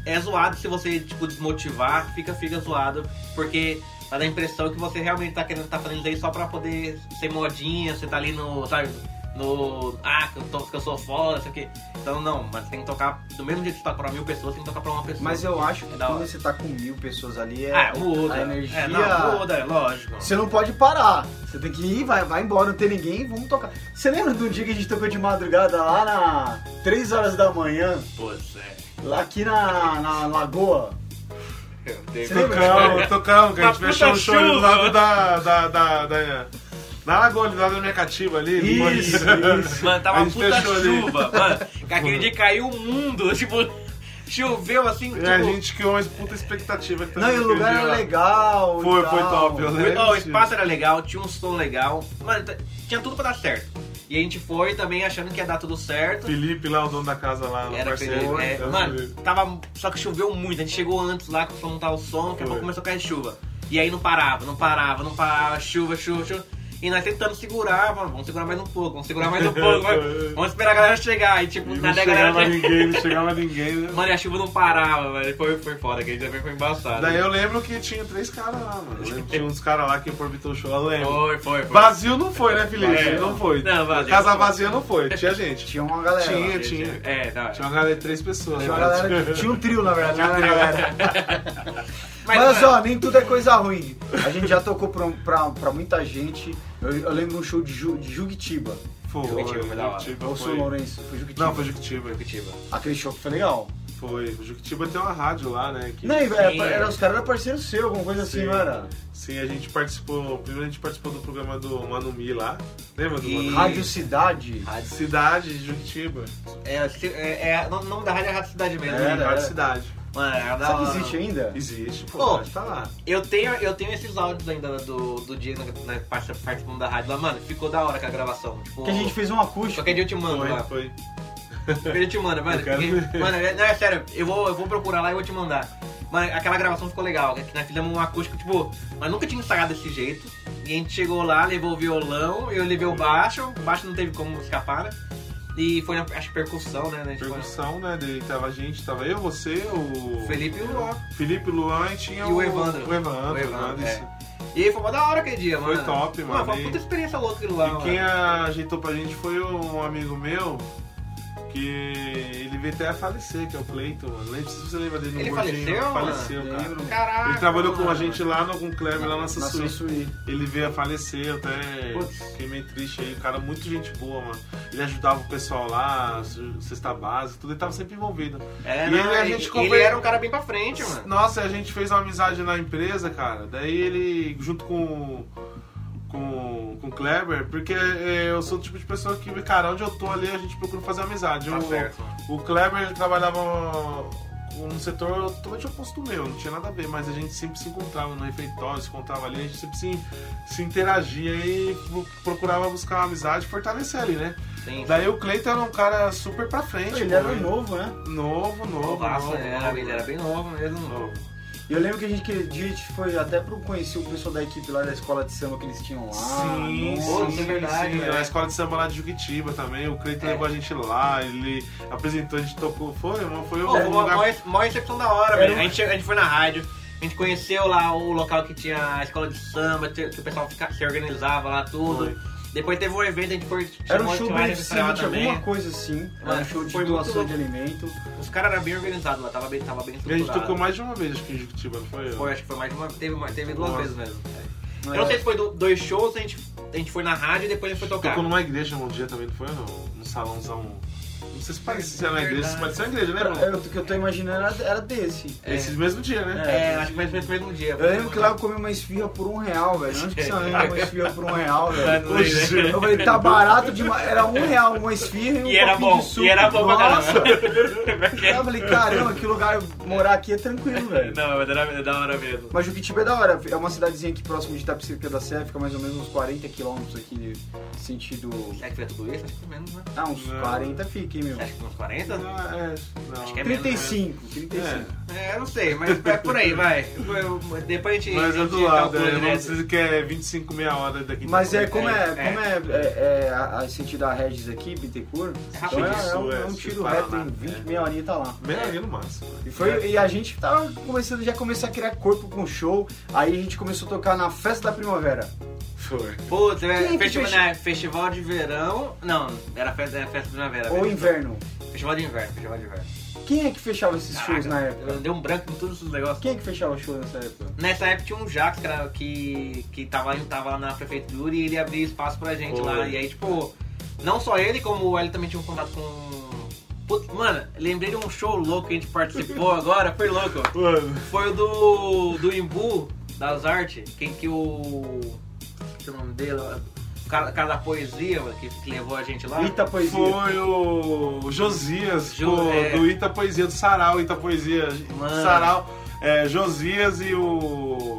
Speaker 2: é zoado se você, tipo, desmotivar, fica, fica zoado, porque dá a impressão que você realmente tá querendo tá fazendo isso aí só pra poder ser modinha, você tá ali no, sabe, no. Ah, que eu, tô, que eu sou foda, sei o quê. Então não, mas tem que tocar. Do mesmo jeito que toca pra mil pessoas, tem que tocar pra uma pessoa.
Speaker 1: Mas eu acho que
Speaker 2: Da
Speaker 1: quando
Speaker 2: hora.
Speaker 1: você tá com mil pessoas ali, é,
Speaker 2: Ah, muda.
Speaker 1: a energia...
Speaker 2: É, não, muda, é lógico.
Speaker 1: Você não pode parar. Você tem que ir, vai, vai embora, não tem ninguém, vamos tocar. Você lembra de um dia que a gente tocou de madrugada lá na 3 horas da manhã,
Speaker 2: Pois é.
Speaker 1: lá aqui na, na Lagoa?
Speaker 2: Eu tenho-
Speaker 1: Você lembra?
Speaker 2: (laughs)
Speaker 3: Tocamos, tocamos, que a gente
Speaker 2: Uma
Speaker 3: fechou o
Speaker 2: puta
Speaker 3: show ali do
Speaker 2: chuva.
Speaker 3: lado da. da. da. da. Na lagoa, ali do lado da minha cativa ali. no Morumbi.
Speaker 1: Isso, isso.
Speaker 2: Mano, tava
Speaker 3: (laughs) A
Speaker 2: uma
Speaker 3: gente
Speaker 2: puta
Speaker 3: fechou ali.
Speaker 2: chuva,
Speaker 3: (laughs)
Speaker 2: mano. Que aquele dia caiu o mundo, (laughs) tipo, choveu assim,
Speaker 3: É,
Speaker 2: tipo.
Speaker 3: a gente criou uma puta expectativa. que
Speaker 1: Não, e o
Speaker 3: naquele
Speaker 1: lugar
Speaker 3: dia
Speaker 1: era
Speaker 3: lá.
Speaker 1: legal. e
Speaker 3: Foi, foi
Speaker 1: tal.
Speaker 3: top, eu
Speaker 2: Foi-
Speaker 3: lembro.
Speaker 2: ó, o
Speaker 3: disso.
Speaker 2: espaço era legal, tinha um som legal. Mano, t- tinha tudo pra dar certo. E a gente foi também achando que ia dar tudo certo.
Speaker 3: Felipe lá, o dono da casa lá, no
Speaker 2: Era
Speaker 3: parceiro.
Speaker 2: Felipe, é,
Speaker 3: Era o
Speaker 2: mano,
Speaker 3: Felipe.
Speaker 2: tava. Só que choveu muito, a gente chegou antes lá pra montar o som, daqui a
Speaker 3: Foi.
Speaker 2: pouco começou a cair chuva. E aí não parava, não parava, não parava, chuva, chuva, chuva. E nós tentando segurar, mano, vamos segurar mais um pouco, vamos segurar
Speaker 3: (laughs)
Speaker 2: mais um pouco, vamos, vamos esperar a galera chegar. E tipo,
Speaker 3: E não
Speaker 2: nada a galera
Speaker 3: chegava ninguém, não chegava ninguém, né?
Speaker 2: Mano, e a chuva não parava, velho. Foi, foi foda, aquele dia foi embaçado.
Speaker 3: Daí eu lembro que tinha três caras lá, mano. Eu lembro que tinha uns caras lá que orbitou o show, eu lembro.
Speaker 2: Foi, foi, foi.
Speaker 3: Vazio não foi, né, Felipe?
Speaker 2: É.
Speaker 3: Não foi.
Speaker 2: Não, vazio.
Speaker 3: Casa vazia não foi, tinha gente.
Speaker 1: Tinha uma galera.
Speaker 3: Tinha.
Speaker 1: Tinha,
Speaker 2: É, tá.
Speaker 3: Tinha uma galera de três pessoas.
Speaker 1: uma
Speaker 3: né?
Speaker 1: galera
Speaker 3: (laughs)
Speaker 1: que- tinha um trio, na verdade, né? não era uma
Speaker 3: é.
Speaker 1: galera.
Speaker 2: Mas,
Speaker 1: Mas
Speaker 2: mano,
Speaker 1: ó, nem tudo é coisa ruim. A gente já tocou pra, um, pra, pra muita gente. Eu, eu lembro um show de, Ju, de Jugitiba.
Speaker 3: Foi,
Speaker 2: Juquitiba, foi da hora.
Speaker 3: Juquitiba
Speaker 1: Ou São
Speaker 3: foi.
Speaker 1: Lourenço, foi Jugitiba.
Speaker 3: Não, foi Juquitiba.
Speaker 2: Curitiba.
Speaker 1: Aquele show que foi legal.
Speaker 3: Foi. Juquitiba tem uma rádio lá, né? que-
Speaker 1: Não, e, é,
Speaker 2: Sim.
Speaker 1: era, os caras eram parceiros seus, alguma coisa assim,
Speaker 3: Sim.
Speaker 1: não era?
Speaker 3: Sim, a gente participou. Primeiro a gente participou do programa do Manumi lá. Lembra do
Speaker 2: E-
Speaker 3: Manumi?
Speaker 1: Rádio Cidade.
Speaker 2: Rádio-
Speaker 3: Cidade de Juquitiba.
Speaker 2: É, se- é, é, o nome da rádio é Rádio Cidade mesmo.
Speaker 1: Era,
Speaker 3: Sim, Rádio
Speaker 1: era.
Speaker 3: Cidade.
Speaker 2: Mano, era da
Speaker 1: Será
Speaker 2: hora.
Speaker 1: que existe ainda?
Speaker 3: Existe, pô,
Speaker 2: Ô.
Speaker 3: a rádio tá lá.
Speaker 2: Eu tenho, eu tenho esses áudios ainda do, do dia né, na, na parte participando da rádio lá, mano. Ficou da hora com a gravação. Tipo,
Speaker 1: Que a gente fez um acústico.
Speaker 2: qualquer dia eu te mando
Speaker 3: Foi,
Speaker 2: lá.
Speaker 3: foi.
Speaker 2: Qualquer dia eu te mando, mano.
Speaker 3: Eu quero
Speaker 2: porque- mano, é- não, é sério, eu vou, eu vou procurar lá e vou te mandar. Mano, aquela gravação ficou legal. que Nós fizemos um acústico, tipo, nós nunca tínhamos ensaiado desse jeito. E a gente chegou lá, levou o violão, eu levei o baixo, o baixo não teve como escapar, né? E foi, acho que percussão, né? né? Tipo,
Speaker 3: Percussão, né? Daí tava a gente, tava eu, você, o.
Speaker 2: o Felipe e o Ló.
Speaker 3: Felipe Luan e tinha
Speaker 2: E o Evandro.
Speaker 3: O Evandro,
Speaker 2: O Evandro,
Speaker 3: né,
Speaker 2: é.
Speaker 3: isso.
Speaker 2: E aí foi mó da hora aquele dia,
Speaker 3: Foi
Speaker 2: mano.
Speaker 3: top, mano.
Speaker 2: Foi uma puta experiência louca aquilo lá,
Speaker 3: E
Speaker 2: mano.
Speaker 3: quem ajeitou pra gente foi um amigo meu que ele veio até a falecer, que é o Cleiton, mano. Lembra se você lembra dele no
Speaker 2: Ele
Speaker 3: gordinho?
Speaker 2: faleceu,
Speaker 3: faleceu,
Speaker 1: mano?
Speaker 3: cara.
Speaker 1: Lembro.
Speaker 2: Caraca,
Speaker 3: é- Ele trabalhou com a
Speaker 2: mano.
Speaker 3: gente lá no, com o Cleber lá na
Speaker 1: Na
Speaker 3: Sassuí.
Speaker 1: Sussuí.
Speaker 3: Ele veio a falecer, eu até
Speaker 2: Putz.
Speaker 3: fiquei meio triste aí. O cara, muito gente boa, mano. Ele ajudava o pessoal lá, su- cesta base, tudo. Ele tava sempre envolvido.
Speaker 2: É,
Speaker 3: E
Speaker 2: não,
Speaker 3: ele- a
Speaker 2: ele-
Speaker 3: gente
Speaker 2: ele
Speaker 3: conver-
Speaker 2: era um cara bem pra frente, mano.
Speaker 3: Nossa, a gente fez uma amizade na empresa, cara. Daí ele, junto com com, com o Kleber, porque é, eu sou o tipo de pessoa que, cara, onde eu tô ali, a gente procura fazer amizade.
Speaker 2: Tá
Speaker 3: Eu-
Speaker 2: certo, mano.
Speaker 3: o Kleber ele trabalhava num setor totalmente oposto do meu, não tinha nada a ver, mas a gente sempre se encontrava no refeitório, se encontrava ali, a gente sempre se, se interagia e pro- procurava buscar uma amizade e fortalecer ali, né?
Speaker 2: Sim, sim.
Speaker 3: Daí o Cleiton era um cara super pra frente.
Speaker 1: Ele
Speaker 3: pô,
Speaker 1: era novo, né?
Speaker 3: Novo, novo,
Speaker 2: Novaço,
Speaker 3: novo,
Speaker 2: né?
Speaker 3: novo.
Speaker 2: ele era bem novo mesmo.
Speaker 3: novo.
Speaker 1: E eu lembro que a gente, que a gente foi até pra conhecer o pessoal da equipe lá da escola de samba que eles tinham lá.
Speaker 3: Sim,
Speaker 1: Nossa.
Speaker 2: pô,
Speaker 3: sim,
Speaker 2: isso é verdade,
Speaker 3: sim.
Speaker 2: né?
Speaker 3: Na escola de samba lá de Juquitiba também, o Cleiton
Speaker 2: É.
Speaker 3: levou a gente lá, ele apresentou, a gente tocou, foi, mano, foi
Speaker 2: Pô,
Speaker 3: um
Speaker 2: foi uma
Speaker 3: lugar...
Speaker 2: maior, maior recepção da hora,
Speaker 1: Era
Speaker 2: velho.
Speaker 1: um-
Speaker 2: A gente, a gente foi na rádio, a gente conheceu lá o local que tinha a escola de samba, que o pessoal fica- se organizava lá, tudo.
Speaker 3: Foi.
Speaker 2: Bedepois teve um evento, a gente foi
Speaker 1: Era
Speaker 2: chamou
Speaker 1: um
Speaker 2: a
Speaker 1: show
Speaker 2: gente lá, a gente foi lá
Speaker 1: beneficente, alguma coisa assim. Era um
Speaker 2: Mano,
Speaker 1: show de
Speaker 2: foi muito
Speaker 1: doação
Speaker 2: louco.
Speaker 1: de alimento.
Speaker 2: Os caras eram bem organizados lá, tava bem, tava bem
Speaker 3: E a gente
Speaker 2: estruturado.
Speaker 3: tocou mais de uma vez, acho que em Juquitiba, não foi?
Speaker 2: Foi, acho que foi mais de uma. Teve, mais- teve duas
Speaker 3: Nossa.
Speaker 2: vezes mesmo.
Speaker 1: É.
Speaker 2: Eu não sei se foi do- dois shows, a gente, a gente foi na rádio e depois a gente foi tocar.
Speaker 3: Tocou numa igreja um dia também, não foi? No, num salãozão. Não sei se parecia na igreja, se
Speaker 2: Verdade.
Speaker 3: parecia na igreja, né,
Speaker 1: Era-
Speaker 3: irmão?
Speaker 1: era- é, O que eu tô imaginando era, era desse.
Speaker 3: Esse mesmo dia, né?
Speaker 2: É, acho que foi nesse mesmo dia.
Speaker 1: Eu lembro que lá eu comi uma esfirra por um real, velho. Onde que você arranja uma esfirra por um real, velho?
Speaker 2: Não sei, né?
Speaker 3: Hoje-
Speaker 1: Eu falei, tá barato demais. Era um real uma esfirra e um
Speaker 2: E era
Speaker 1: copinho
Speaker 2: bom,
Speaker 1: de suco.
Speaker 2: e era bom pra
Speaker 1: Nossa.
Speaker 2: caramba.
Speaker 1: Eu falei, caramba, que lugar morar aqui é tranquilo, velho.
Speaker 2: Não, mas era, era da hora mesmo.
Speaker 1: Mas Juquitiba é da hora, é uma cidadezinha aqui próximo de Itapecerica da Serra, fica mais ou menos uns 40 quilômetros aqui, sentido...
Speaker 2: Será que foi tudo isso? Acho que foi menos, né?
Speaker 1: Ah, uns
Speaker 3: Não.
Speaker 1: 40 fica, hein, meu?
Speaker 2: Acho que uns 40?
Speaker 3: Ah, é, não.
Speaker 2: Acho que é menos,
Speaker 1: 35, 35.
Speaker 2: É, eu não sei, mas é por aí, vai. Depois a gente.
Speaker 3: Mas
Speaker 2: a
Speaker 3: é
Speaker 2: gente um
Speaker 3: do lado,
Speaker 2: calcula
Speaker 3: né? Não
Speaker 2: direto.
Speaker 3: precisa que é 25 meia hora daqui.
Speaker 1: Mas é,
Speaker 3: é
Speaker 1: como é,
Speaker 2: É,
Speaker 1: como é, é, é a, a sentido da Regis aqui, Bittencourt,
Speaker 2: É
Speaker 1: então
Speaker 2: rápido.
Speaker 1: é,
Speaker 3: isso,
Speaker 1: é um,
Speaker 3: é,
Speaker 1: é um
Speaker 3: isso,
Speaker 1: tiro
Speaker 3: Paraná,
Speaker 1: reto, em 20,
Speaker 3: é.
Speaker 1: meia horinha tá lá.
Speaker 3: Meia hora no máximo. né?
Speaker 2: É.
Speaker 1: E, foi, e a gente tá tava começando, já começou a criar corpo com o show, aí a gente começou a tocar na Festa da Primavera.
Speaker 3: cantor.
Speaker 2: Putz, é
Speaker 1: Quem é que
Speaker 2: festival,
Speaker 1: fez-
Speaker 2: né, festival de verão. Não, era festa, era festa de primavera.
Speaker 1: Ou inverno.
Speaker 2: Festival de inverno, festival de inverno.
Speaker 1: Quem é que fechava esses shows na época?
Speaker 2: Eu dei um branco em todos os negócios.
Speaker 1: Quem é que fechava o show nessa época?
Speaker 2: Nessa época tinha um Jacques cara, que, que tava, tava na prefeitura e ele abria espaço pra gente
Speaker 3: Pô.
Speaker 2: lá. E aí, tipo, não só ele, como ele também tinha um contato com. Putz, mano, lembrei de um show louco que a gente participou agora, foi louco.
Speaker 3: Mano,
Speaker 2: Foi o do. do Imbu, das artes, quem que o. que é o nome dele? O cara, o cara da poesia, mano, que, que levou a gente lá.
Speaker 1: Eita poesia.
Speaker 3: foi o Josias,
Speaker 2: Jo-
Speaker 3: pô,
Speaker 2: é.
Speaker 3: do Ita Poesia, do Sarau, Ita Poesia.
Speaker 2: Mano.
Speaker 3: Sarau, é, Josias e o...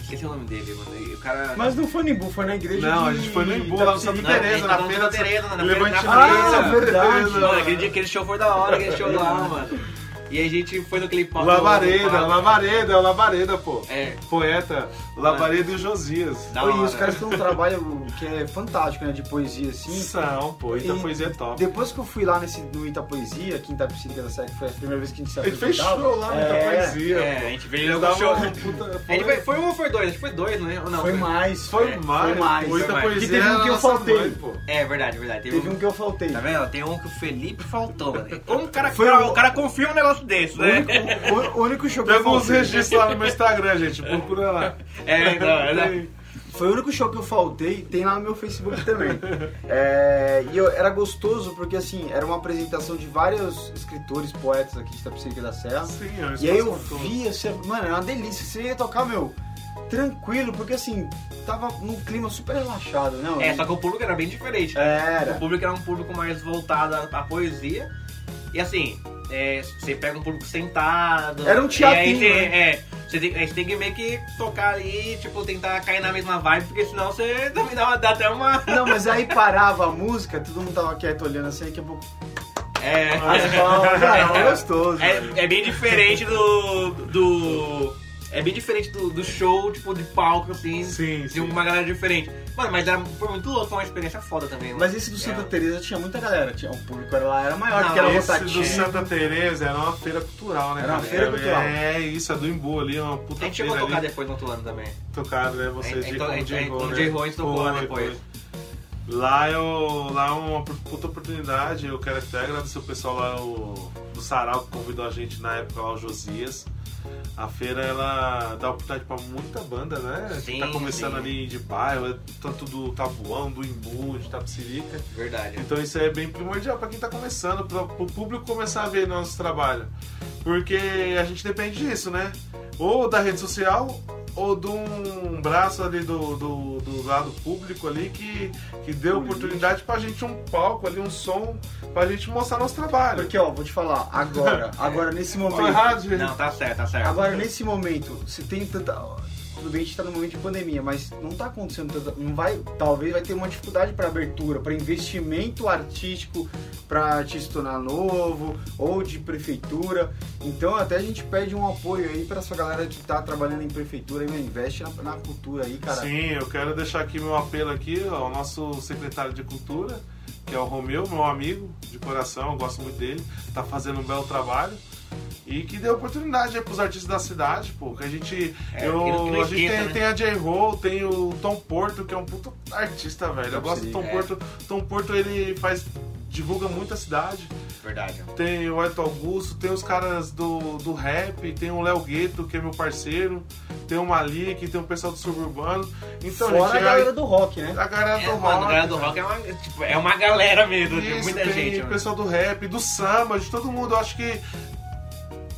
Speaker 2: Esqueci o nome dele, mano. E o cara.
Speaker 1: Mas não foi no Imbu, foi na igreja
Speaker 3: Não,
Speaker 1: de...
Speaker 3: a gente foi no Imbu,
Speaker 1: Itapecerica.
Speaker 3: lá no Santa
Speaker 2: Não,
Speaker 3: Teresa, na
Speaker 2: não,
Speaker 3: feira
Speaker 2: Santa
Speaker 3: de
Speaker 2: Teresa, na feira
Speaker 3: Levante
Speaker 2: da
Speaker 3: Teresa.
Speaker 1: Ah, verdade.
Speaker 3: Teresa.
Speaker 2: Mano, aquele, dia, aquele show foi da hora, aquele show lá, mano. E a gente foi no aquele palco.
Speaker 3: Labareda, Labareda, é o Labareda, pô.
Speaker 2: É,
Speaker 3: Poeta, Labareda e o Josias.
Speaker 2: da
Speaker 1: Pô,
Speaker 2: hora.
Speaker 1: E os caras têm um trabalho que é fantástico, né? De poesia, assim.
Speaker 3: São, pô, Ita
Speaker 1: E-
Speaker 3: Poesia é top.
Speaker 1: Depois que eu fui lá nesse, no Ita Poesia, aqui em Itapecerica, nessa que foi a primeira vez que a gente se
Speaker 3: Ele
Speaker 1: apresentava.
Speaker 3: fez show lá no
Speaker 1: É,
Speaker 3: Ita Poesia,
Speaker 2: É,
Speaker 3: pô.
Speaker 2: a gente veio
Speaker 3: Eles
Speaker 2: no show.
Speaker 3: davam um puta-
Speaker 2: A gente foi, foi um ou foi dois? Acho que foi dois, né? Ou não?
Speaker 1: Foi mais.
Speaker 3: Foi
Speaker 2: É,
Speaker 3: mais,
Speaker 1: foi mais,
Speaker 3: pô, Ita
Speaker 2: foi mais.
Speaker 3: Poesia
Speaker 1: Que teve um
Speaker 3: era
Speaker 1: que eu
Speaker 3: nossa
Speaker 1: faltei.
Speaker 3: mãe, pô.
Speaker 2: É, verdade, verdade. Teve,
Speaker 1: Teve um que eu faltei.
Speaker 2: Tá vendo? Tem um que o Felipe faltou, mano. Como o cara,
Speaker 1: Foi
Speaker 2: cara-
Speaker 1: um-
Speaker 2: o cara confia um negócio desse,
Speaker 1: O
Speaker 2: né?
Speaker 1: único, o, o único show que eu
Speaker 3: Pega uns
Speaker 1: faltei.
Speaker 3: registros lá no meu Instagram, gente. Procura lá.
Speaker 2: É, não, é, né?
Speaker 1: Foi o único show que eu faltei, tem lá no meu Facebook também. É, e eu- era gostoso porque assim, era uma apresentação de vários escritores, poetas aqui de Itapecerica da Serra.
Speaker 3: Sim, é um
Speaker 1: E aí eu
Speaker 3: espaço com-
Speaker 1: via, você, mano, era uma delícia. Você ia tocar, meu, tranquilo, porque assim, tava num clima super relaxado, né? mano?
Speaker 2: É, só que o público era bem
Speaker 1: É.
Speaker 2: diferente. O
Speaker 1: Era.
Speaker 2: público era um público mais voltado à, à poesia. E assim, é, você pega um público sentado.
Speaker 1: Era um teatrinho,
Speaker 2: E aí você, é, você tem, aí você tem que meio que tocar ali, tipo, tentar cair na mesma vibe, porque senão você (laughs) também dá, uma- dá até uma.
Speaker 1: Não, mas aí parava a música, todo mundo tava quieto olhando assim, daqui a pouco.
Speaker 2: É,
Speaker 1: As palmas, cara, era gostoso. velho.
Speaker 2: é, é bem diferente do. do é bem diferente do, do show, tipo, de palco, assim.
Speaker 3: Sim,
Speaker 2: De
Speaker 3: sim.
Speaker 2: uma galera diferente. Mano, mas era, foi muito louco, foi uma experiência foda também. mano.
Speaker 1: Mas esse do Santa
Speaker 2: É.
Speaker 1: Teresa tinha muita galera, tinha, o público era lá era maior,
Speaker 2: Não,
Speaker 1: porque era
Speaker 3: Esse do
Speaker 1: rotativo.
Speaker 3: Santa Teresa era uma feira cultural, né?
Speaker 1: Era uma
Speaker 3: cara?
Speaker 1: feira
Speaker 3: É,
Speaker 1: cultural.
Speaker 3: É isso, é do Imbu ali, é uma puta
Speaker 2: A gente chegou a
Speaker 3: feira
Speaker 2: tocar
Speaker 3: ali.
Speaker 2: depois no outro ano também.
Speaker 3: Tocado, né? Vocês
Speaker 2: É,
Speaker 3: de
Speaker 2: então,
Speaker 3: com
Speaker 2: é,
Speaker 3: o J.
Speaker 2: é,
Speaker 3: Ro,
Speaker 2: com o
Speaker 3: né?
Speaker 2: J. Ro a gente tocou lá
Speaker 3: Foi,
Speaker 2: depois.
Speaker 3: foi. Lá eu. Lá é uma puta oportunidade. Eu quero até agradecer o pessoal lá o, do Sarau que convidou a gente na época lá, o Josias. A feira ela dá oportunidade pra muita banda, né?
Speaker 2: Sim,
Speaker 3: que tá começando
Speaker 2: sim.
Speaker 3: ali de bairro, tá tanto do Tabuão, do Imbu, de Tapsirica.
Speaker 2: Verdade.
Speaker 3: Então isso é bem primordial pra quem tá começando, pra, pro público começar a ver nosso trabalho. Porque a gente depende disso, né? Ou da rede social, ou de um braço ali do, do, do lado público ali que, que deu oportunidade pra gente um palco ali, um som, pra gente mostrar nosso trabalho.
Speaker 1: Porque, ó, vou te falar, agora, agora nesse
Speaker 3: Tô
Speaker 1: momento.
Speaker 3: errado, gente.
Speaker 2: Não, tá certo, tá certo.
Speaker 1: Agora nesse momento, se tem tanta. Tudo bem, a gente tá num momento de pandemia, mas não tá acontecendo tanta. Não vai, talvez vai ter uma dificuldade pra abertura, pra investimento artístico, pra artista tornar novo, ou de prefeitura. Então até a gente pede um apoio aí pra essa galera que tá trabalhando em prefeitura e meu, investe na, na cultura aí, cara.
Speaker 3: Sim, eu quero deixar aqui meu apelo aqui ao nosso secretário de cultura, que é o Romeu, meu amigo de coração, eu gosto muito dele, tá fazendo um belo trabalho. E que dê oportunidade aí pros artistas da cidade, pô. Que a gente.
Speaker 2: É,
Speaker 3: eu-
Speaker 2: que não- que não
Speaker 3: a gente
Speaker 2: esquenta,
Speaker 3: tem,
Speaker 2: né?
Speaker 3: tem a J. Roll, tem o Tom Porto, que é um puto artista, velho. Eu gosto do Tom
Speaker 2: É.
Speaker 3: Porto. Tom Porto, ele faz. divulga muito a cidade.
Speaker 2: Verdade.
Speaker 3: Tem o Eto Augusto, tem os caras do, do rap, tem o Léo Gueto, que é meu parceiro, tem o Malik, tem o pessoal do suburbano. Então,
Speaker 1: Fora a
Speaker 3: gente,
Speaker 1: galera do rock, né?
Speaker 3: a galera
Speaker 2: É,
Speaker 3: do
Speaker 2: mano,
Speaker 3: rock.
Speaker 2: a galera do rock é uma, tipo, é uma galera mesmo, tem
Speaker 3: Isso,
Speaker 2: muita
Speaker 3: tem
Speaker 2: gente.
Speaker 3: o
Speaker 2: mano.
Speaker 3: pessoal do rap, do samba, de todo mundo. Eu acho que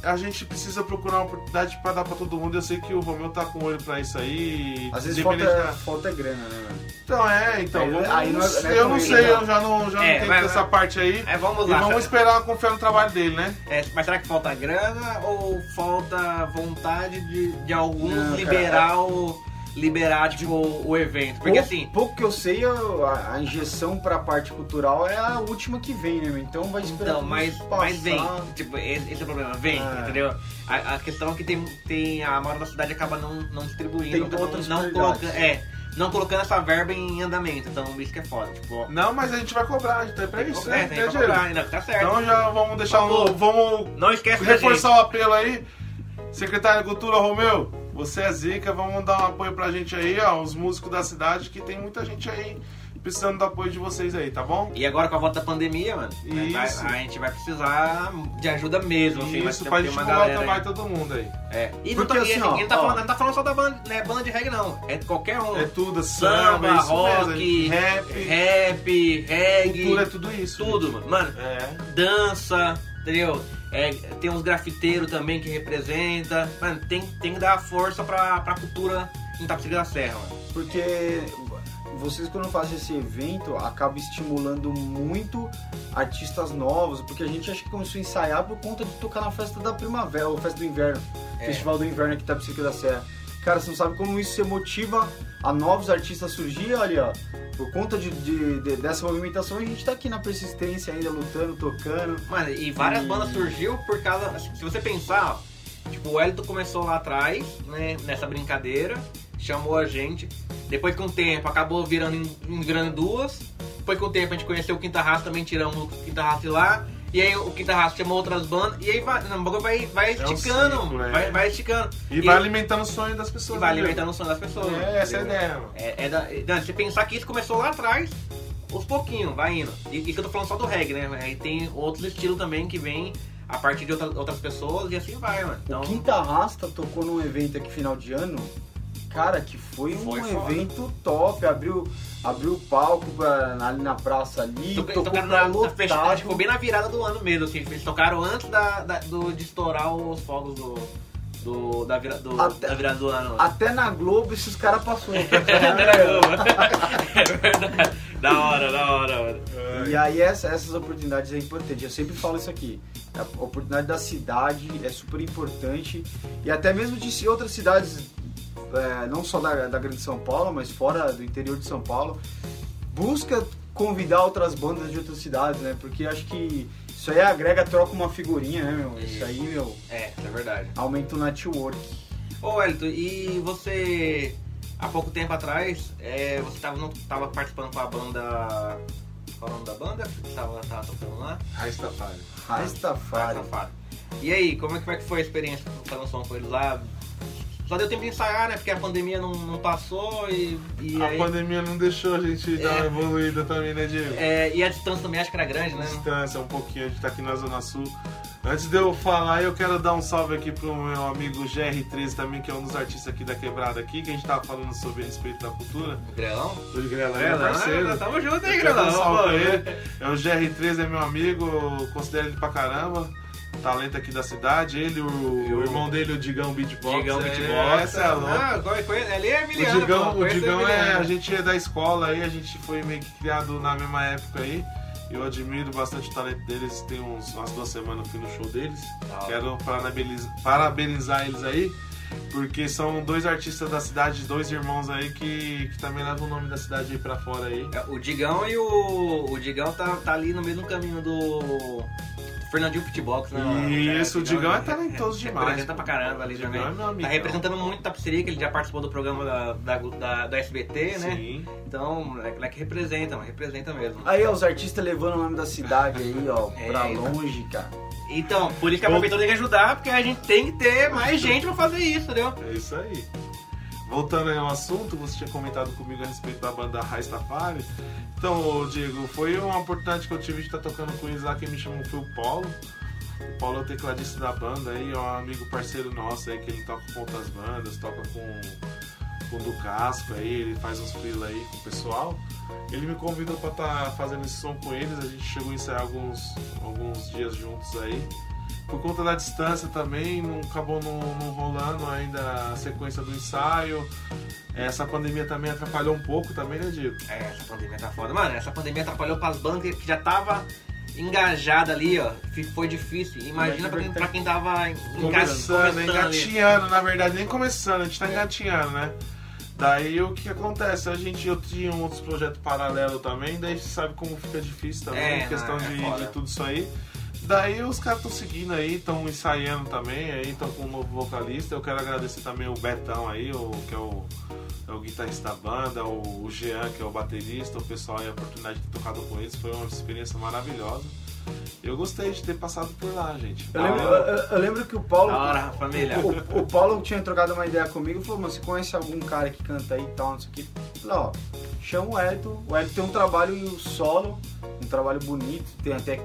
Speaker 3: a gente precisa procurar uma oportunidade pra dar pra todo mundo. Eu sei que o Romeu tá com olho pra isso aí.
Speaker 1: Às vezes
Speaker 3: independente
Speaker 1: falta,
Speaker 3: da-
Speaker 1: falta grana, né? mano?
Speaker 3: Então, é, então.
Speaker 1: Aí-
Speaker 3: vamos-
Speaker 1: aí não é- não é
Speaker 3: eu não
Speaker 1: comigo,
Speaker 3: sei,
Speaker 1: não.
Speaker 3: eu já não, já
Speaker 2: É,
Speaker 3: não entendo
Speaker 2: vai-
Speaker 3: essa
Speaker 2: vai.
Speaker 3: parte aí.
Speaker 2: É, vamos
Speaker 3: E
Speaker 2: lá.
Speaker 3: vamos
Speaker 2: sabe?
Speaker 3: esperar confiar no trabalho dele, né?
Speaker 2: É, mas será que falta grana ou falta vontade de, de alguns
Speaker 1: Não, cara,
Speaker 2: liberar o. liberar, tipo, o, o evento?
Speaker 1: pouco,
Speaker 2: Porque assim.
Speaker 1: pouco que eu sei, eu- a, a injeção pra parte cultural é a última que vem, né? meu? Então vai esperar.
Speaker 2: Então,
Speaker 1: tudo
Speaker 2: mas,
Speaker 1: isso
Speaker 2: mas vem.
Speaker 1: passar.
Speaker 2: Tipo, esse, esse é o problema, vem,
Speaker 1: É.
Speaker 2: entendeu? A, a questão é que tem, tem a maior da cidade acaba não, não distribuindo,
Speaker 1: Tem
Speaker 2: não,
Speaker 1: outras
Speaker 2: não,
Speaker 1: prioridades.
Speaker 2: coloca- é, não colocando essa verba em andamento. Então isso que é foda. Tipo,
Speaker 3: Não, mas a gente vai cobrar, a gente tá pra isso, né?
Speaker 2: é, tem
Speaker 3: Tem
Speaker 2: que
Speaker 3: dinheiro.
Speaker 2: cobrar, ainda, tá certo.
Speaker 3: Então já vamos deixar um.
Speaker 2: Vamos.
Speaker 3: Vamos
Speaker 2: Não esquece da gente.
Speaker 3: reforçar o apelo aí. Secretário de Cultura, Romeu, Você é zica, vamos dar um apoio pra gente aí, ó, os músicos da cidade, que tem muita gente aí precisando do apoio de vocês aí, tá bom?
Speaker 2: E agora com a volta da pandemia, mano, né, vai-
Speaker 3: Isso.
Speaker 2: a gente vai precisar de ajuda mesmo, assim, vai
Speaker 3: Isso,
Speaker 2: ter-
Speaker 3: pra
Speaker 2: ter
Speaker 3: gente
Speaker 2: uma
Speaker 3: pular
Speaker 2: galera.
Speaker 3: também
Speaker 2: aí.
Speaker 3: todo mundo aí.
Speaker 2: É. E não,
Speaker 1: Porque
Speaker 2: tá,
Speaker 1: assim,
Speaker 2: e a gente
Speaker 1: ó,
Speaker 2: não, tá
Speaker 1: ó.
Speaker 2: falando, não tá falando só da banda, né, banda de reggae, não. É qualquer um.
Speaker 3: É tudo, samba,
Speaker 2: Samba,
Speaker 3: isso
Speaker 2: rock,
Speaker 3: mesmo, é rap,
Speaker 2: Rap, reggae,
Speaker 3: cultura, é tudo isso.
Speaker 2: tudo, mano. Mano,
Speaker 3: É.
Speaker 2: dança, entendeu? É, tem uns grafiteiros também que representa. Mano, tem, tem que dar força pra, pra cultura em Tapecira da Serra, mano.
Speaker 1: Porque vocês quando fazem esse evento acabam estimulando muito artistas novos, porque a gente acha que começou a ensaiar por conta de tocar na festa da primavera, ou festa do inverno,
Speaker 2: É.
Speaker 1: Festival do Inverno aqui em Tapicirica da Serra. Cara, você não sabe como isso se motiva a novos artistas surgir, olha, ó, por conta de, de- de- dessa movimentação, a gente tá aqui na persistência ainda, lutando, tocando.
Speaker 2: Mano, e várias
Speaker 1: Hum.
Speaker 2: bandas surgiu por causa. assim, Se você pensar, ó, tipo, o Elito começou lá atrás, né? Nessa brincadeira, chamou a gente. Depois, com o tempo, acabou virando em, em- virando duas. Depois, com o tempo, a gente conheceu o Quinta Raça, também tiramos o Quinta Raça de lá. E aí, o Quinta Raça chamou outras bandas. E aí, vai, não, o bagulho vai, vai
Speaker 3: É um
Speaker 2: esticando,
Speaker 3: ciclo, é.
Speaker 2: vai, vai esticando.
Speaker 3: E, vai alimentando o sonho das pessoas.
Speaker 2: E vai
Speaker 3: né,
Speaker 2: alimentando o sonho das pessoas.
Speaker 3: meu? É, essa é a
Speaker 2: entendeu?
Speaker 3: ideia, mano.
Speaker 2: É, é da, é da- se pensar que isso começou lá atrás, aos pouquinhos, vai indo. E, e que eu tô falando só do reggae, né? Aí tem outros estilos também que vem a partir de outra- outras pessoas e assim vai, mano. Então,
Speaker 1: O Quinta Rasta tocou num evento aqui final de ano, cara, que foi,
Speaker 2: Foi
Speaker 1: um
Speaker 2: foda.
Speaker 1: evento top. Abriu, abriu o palco pra- ali na praça ali,
Speaker 2: to-
Speaker 1: tocou
Speaker 2: tocaram
Speaker 1: pra
Speaker 2: na, na fech-
Speaker 1: lotar.
Speaker 2: um acho que ficou bem na virada do ano mesmo, assim. Eles tocaram antes da, da- do, de estourar os fogos do, do- da, vira- do-
Speaker 1: Até-
Speaker 2: da virada do ano. (laughs)
Speaker 1: Até na Globo esses caras passaram. Né?
Speaker 2: é verdade. Da hora, da hora, mano.
Speaker 1: E aí essa- essas oportunidades é importante. Eu sempre falo isso aqui. A oportunidade da cidade é super importante. E até mesmo de se- outras cidades, é, não só da, da Grande São Paulo, mas fora do interior de São Paulo, busca convidar outras bandas de outras cidades, né? Porque acho que isso aí agrega, troca uma figurinha, né, meu? Isso aí, meu,
Speaker 2: É, é verdade.
Speaker 1: aumenta o network.
Speaker 2: Ô, Elton, e você, há pouco tempo atrás, é, você tava, não, tava participando com a banda. Qual é o nome da banda? Que tava, tava tocando lá?
Speaker 3: Rastafari.
Speaker 1: Rastafari.
Speaker 2: Safado. E aí, como é que, como é que foi a experiência fazendo som com eles lá? Só deu tempo de ensaiar, né? Porque a pandemia não, não passou e, e
Speaker 3: a
Speaker 2: aí.
Speaker 3: pandemia não deixou a gente dar uma evoluída também, né, Diego?
Speaker 2: é, e a distância também acho que era grande, né?
Speaker 3: distância um pouquinho, a gente tá aqui na Zona Sul. Antes de eu falar, eu quero dar um salve aqui pro meu amigo GR13 também, que é um dos artistas aqui da quebrada aqui, que a gente tava falando sobre respeito da cultura.
Speaker 2: Grelão?
Speaker 3: O Grela
Speaker 2: né?
Speaker 3: é parceiro.
Speaker 2: Tamo junto aí,
Speaker 3: Eu quero dar
Speaker 2: Grelão.
Speaker 3: um salve
Speaker 2: Pô,
Speaker 3: pra ele. É o GR13, é meu amigo, eu considero ele pra caramba. Talento aqui da cidade, ele, o,
Speaker 2: Eu-
Speaker 3: o irmão dele, o Digão Beatbox.
Speaker 2: Digão
Speaker 3: é,
Speaker 2: Beatbox.
Speaker 3: Essa é a louca.
Speaker 2: Ah, conhe- conhe- ali é
Speaker 3: O
Speaker 2: Emiliano.
Speaker 3: Digão,
Speaker 2: pô,
Speaker 3: o
Speaker 2: conheço
Speaker 3: Digão é.
Speaker 2: Emiliano.
Speaker 3: A gente é da escola aí, a gente foi meio que criado na mesma época aí. Eu admiro bastante o talento deles. Tem uns, umas duas semanas eu fui no show deles.
Speaker 2: Da hora.
Speaker 3: Quero parabeniz- parabenizar eles aí, porque são dois artistas da cidade, dois irmãos aí que, que também levam o nome da cidade aí pra fora aí.
Speaker 2: É, O Digão e o. O Digão tá, tá ali no mesmo caminho do. Fernandinho Pitbox, né? mano?
Speaker 3: Isso,
Speaker 2: É,
Speaker 3: o Digão é
Speaker 2: né? (laughs)
Speaker 3: talentoso demais.
Speaker 2: Representa pra caramba ali
Speaker 3: O Digão é
Speaker 2: também.
Speaker 3: meu amigo.
Speaker 2: Tá representando muito Tapsirica, ele já participou do programa da, da, da- da SBT, né?
Speaker 3: Sim.
Speaker 2: Então, moleque, moleque representa, mano, representa mesmo.
Speaker 1: Aí, ó, os artistas levando o nome da cidade aí, ó, pra
Speaker 2: Eita.
Speaker 1: longe, cara.
Speaker 2: Então, por isso que a
Speaker 3: Bom.
Speaker 2: prefeitura tem que ajudar, porque a gente tem que ter mais gente pra fazer isso, entendeu?
Speaker 3: É isso aí. Voltando aí ao assunto, você tinha comentado comigo a respeito da banda Rastafari. Então, ô, Diego, foi uma oportunidade que eu tive de estar tocando com eles lá, quem me chamou foi o Paulo. O Paulo é o tecladista da banda aí, é um amigo parceiro nosso aí, que ele toca com outras bandas, toca com, com o do Casco aí, ele faz uns freela aí com o pessoal. Ele me convidou pra estar fazendo esse som com eles, a gente chegou a ensaiar alguns, alguns dias juntos aí. Por conta da distância também, não, acabou não, não rolando ainda a sequência do ensaio. Essa pandemia também atrapalhou um pouco também, né, Diego?
Speaker 2: É, essa pandemia tá foda. Mano, essa pandemia atrapalhou pras bandas que já tava engajada ali, ó. F- Foi difícil. Imagina pra quem, pra quem tava em em casa.
Speaker 3: Começando,
Speaker 2: ali. É.
Speaker 3: engatinhando, na verdade, nem começando, a gente tá engatinhando, né? Daí o que acontece? A gente eu tinha um outros projetos paralelo também, daí você sabe como fica difícil também, né?
Speaker 2: É,
Speaker 3: questão
Speaker 2: não, é
Speaker 3: de,
Speaker 2: foda.
Speaker 3: de tudo isso aí. Daí os caras estão seguindo aí, estão ensaiando também, aí estão com um novo vocalista. Eu quero agradecer também o Betão aí, o, que é o, é o guitarrista da banda, o, o Jean, que é o baterista, o pessoal aí, a oportunidade de ter tocado com eles, foi uma experiência maravilhosa. Eu gostei de ter passado por lá, gente.
Speaker 1: Eu lembro,
Speaker 3: Valeu.
Speaker 1: eu- eu lembro que o Paulo.
Speaker 2: Da hora,
Speaker 3: É.
Speaker 2: família.
Speaker 1: O, o Paulo tinha trocado uma ideia comigo e falou, mano, você conhece algum cara que canta aí e tal, não sei o que. Falei, ó, chama o Hélio. O Hélio tem um trabalho solo, um trabalho bonito, tem até.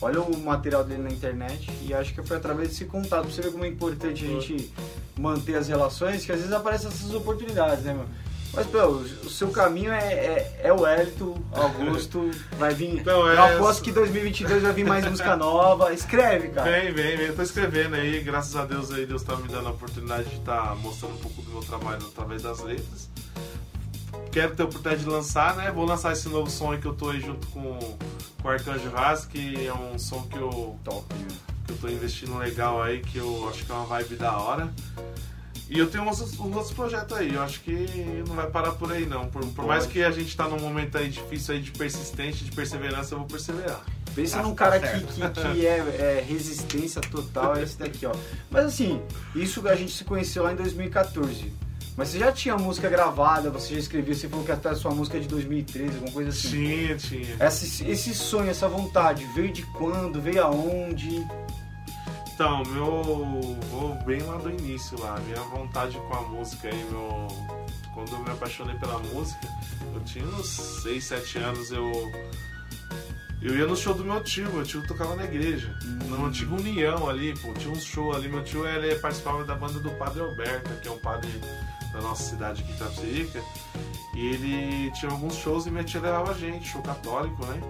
Speaker 1: Olha o material dele na internet e acho que foi através desse contato. Pra você ver como é importante a gente manter as relações, que às vezes aparecem essas oportunidades, né, meu? Mas, pô, o seu caminho é, é, é o Hélito, Augusto, vai vir.
Speaker 3: Não, é
Speaker 1: eu aposto
Speaker 3: isso.
Speaker 1: que 2022 vai vir mais música nova. Escreve, cara.
Speaker 3: Vem, vem, vem. Eu tô escrevendo aí, graças a Deus aí, Deus tá me dando a oportunidade de estar mostrando um pouco do meu trabalho através das letras. Quero ter a oportunidade de lançar, né? Vou lançar esse novo som aí que eu tô aí junto com, com o Arcanjo Haas, que é um som que eu,
Speaker 1: Top, meu.
Speaker 3: que eu tô investindo legal aí, que eu acho que é uma vibe da hora. E eu tenho uns, outros- uns outros projetos aí, eu acho que não vai parar por aí não. Por, por mais
Speaker 1: Pode.
Speaker 3: que a gente tá num momento aí difícil aí de persistência, de perseverança, eu vou perseverar.
Speaker 1: Pensa
Speaker 2: Tá,
Speaker 1: num
Speaker 2: tá
Speaker 1: um cara que,
Speaker 2: certo.
Speaker 1: que, que é, é resistência total, é esse daqui, ó. Mas assim, isso a gente se conheceu lá em 2014. Mas você já tinha música gravada, você já escrevia, você falou que até a sua música é de 2013, alguma coisa assim.
Speaker 3: Tinha, tinha.
Speaker 1: Essa- esse sonho, essa vontade, veio de quando, veio aonde?
Speaker 3: Então, meu. Vou bem lá do início lá. Minha vontade com a música aí, meu. Quando eu me apaixonei pela música, eu tinha uns 6, 7 anos, eu. Eu ia no show do meu tio, meu tio tocava na igreja. No antigo União ali, pô, tinha um show ali. Meu tio ele participava da banda do Padre Alberto, que é um padre da nossa cidade aqui em Itapsirica. E ele tinha alguns shows e minha tia levava a gente, show católico, né?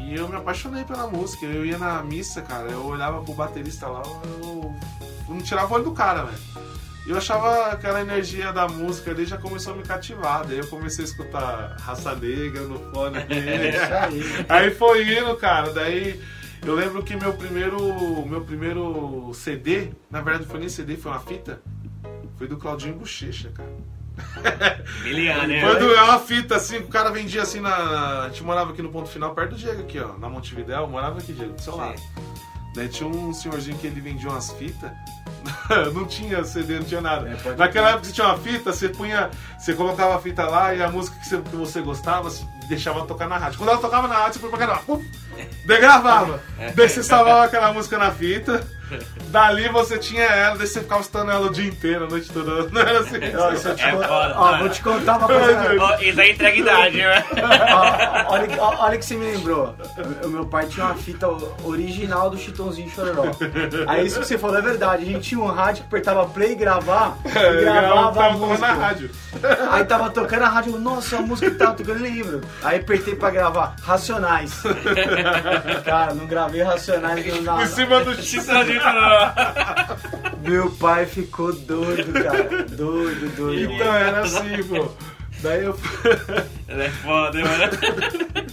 Speaker 3: E eu me apaixonei pela música. Eu ia na missa, cara, eu olhava pro baterista lá, eu, eu não tirava o olho do cara, velho. E eu achava aquela energia da música ali já começou a me cativar. Daí eu comecei a escutar Raça Negra no fone. né?
Speaker 1: É
Speaker 3: aqui.
Speaker 1: isso aí.
Speaker 3: Aí foi indo, cara. Daí eu lembro que meu primeiro, meu primeiro CD, na verdade não foi nem CD, foi uma fita. Foi do Claudinho Bochecha, cara.
Speaker 2: Miliana, né?
Speaker 3: Foi do, é uma fita assim, que o cara vendia assim na. A gente morava aqui no ponto final, perto do Diego, aqui, ó. Na Montevidéu, eu morava aqui, Diego, do seu lado. Daí tinha um senhorzinho que ele vendia umas fitas. (laughs) não tinha CD, não tinha nada.
Speaker 1: É, pode
Speaker 3: Naquela
Speaker 1: crer.
Speaker 3: época você tinha uma fita, você punha. Você colocava a fita lá e a música que você, que você gostava, você deixava tocar na rádio. Quando ela tocava na rádio, você põe pra gravar. Pum! Daí gravava. Daí você salvava aquela música na fita. Dali você tinha ela, daí você ficava escutando ela o dia inteiro, a noite toda. Não era assim.
Speaker 1: Ó, isso eu te
Speaker 2: É
Speaker 1: con-
Speaker 2: foda,
Speaker 1: ó,
Speaker 2: cara.
Speaker 1: vou te contar uma coisa.
Speaker 2: Ó, Isso aí entrega idade, né?
Speaker 1: Ó, olha, que- ó, olha que você me lembrou. O meu pai tinha uma fita original do Chitãozinho Chororó. Aí isso que você falou é verdade. A gente tinha um rádio que apertava play e gravar, e gravava a
Speaker 3: Gravava, É, tava tocando na
Speaker 1: música.
Speaker 3: rádio.
Speaker 1: Aí tava tocando a rádio, nossa, a música que tava tocando, eu lembro. Aí apertei pra gravar, Racionais. Cara, não gravei Racionais não
Speaker 3: Por
Speaker 1: nada.
Speaker 3: cima do X.
Speaker 2: Chitãozinho Chororó.
Speaker 1: Meu pai ficou doido, cara. Doido, doido.
Speaker 3: Então era assim, pô. Daí eu.
Speaker 2: Ela é foda, mano.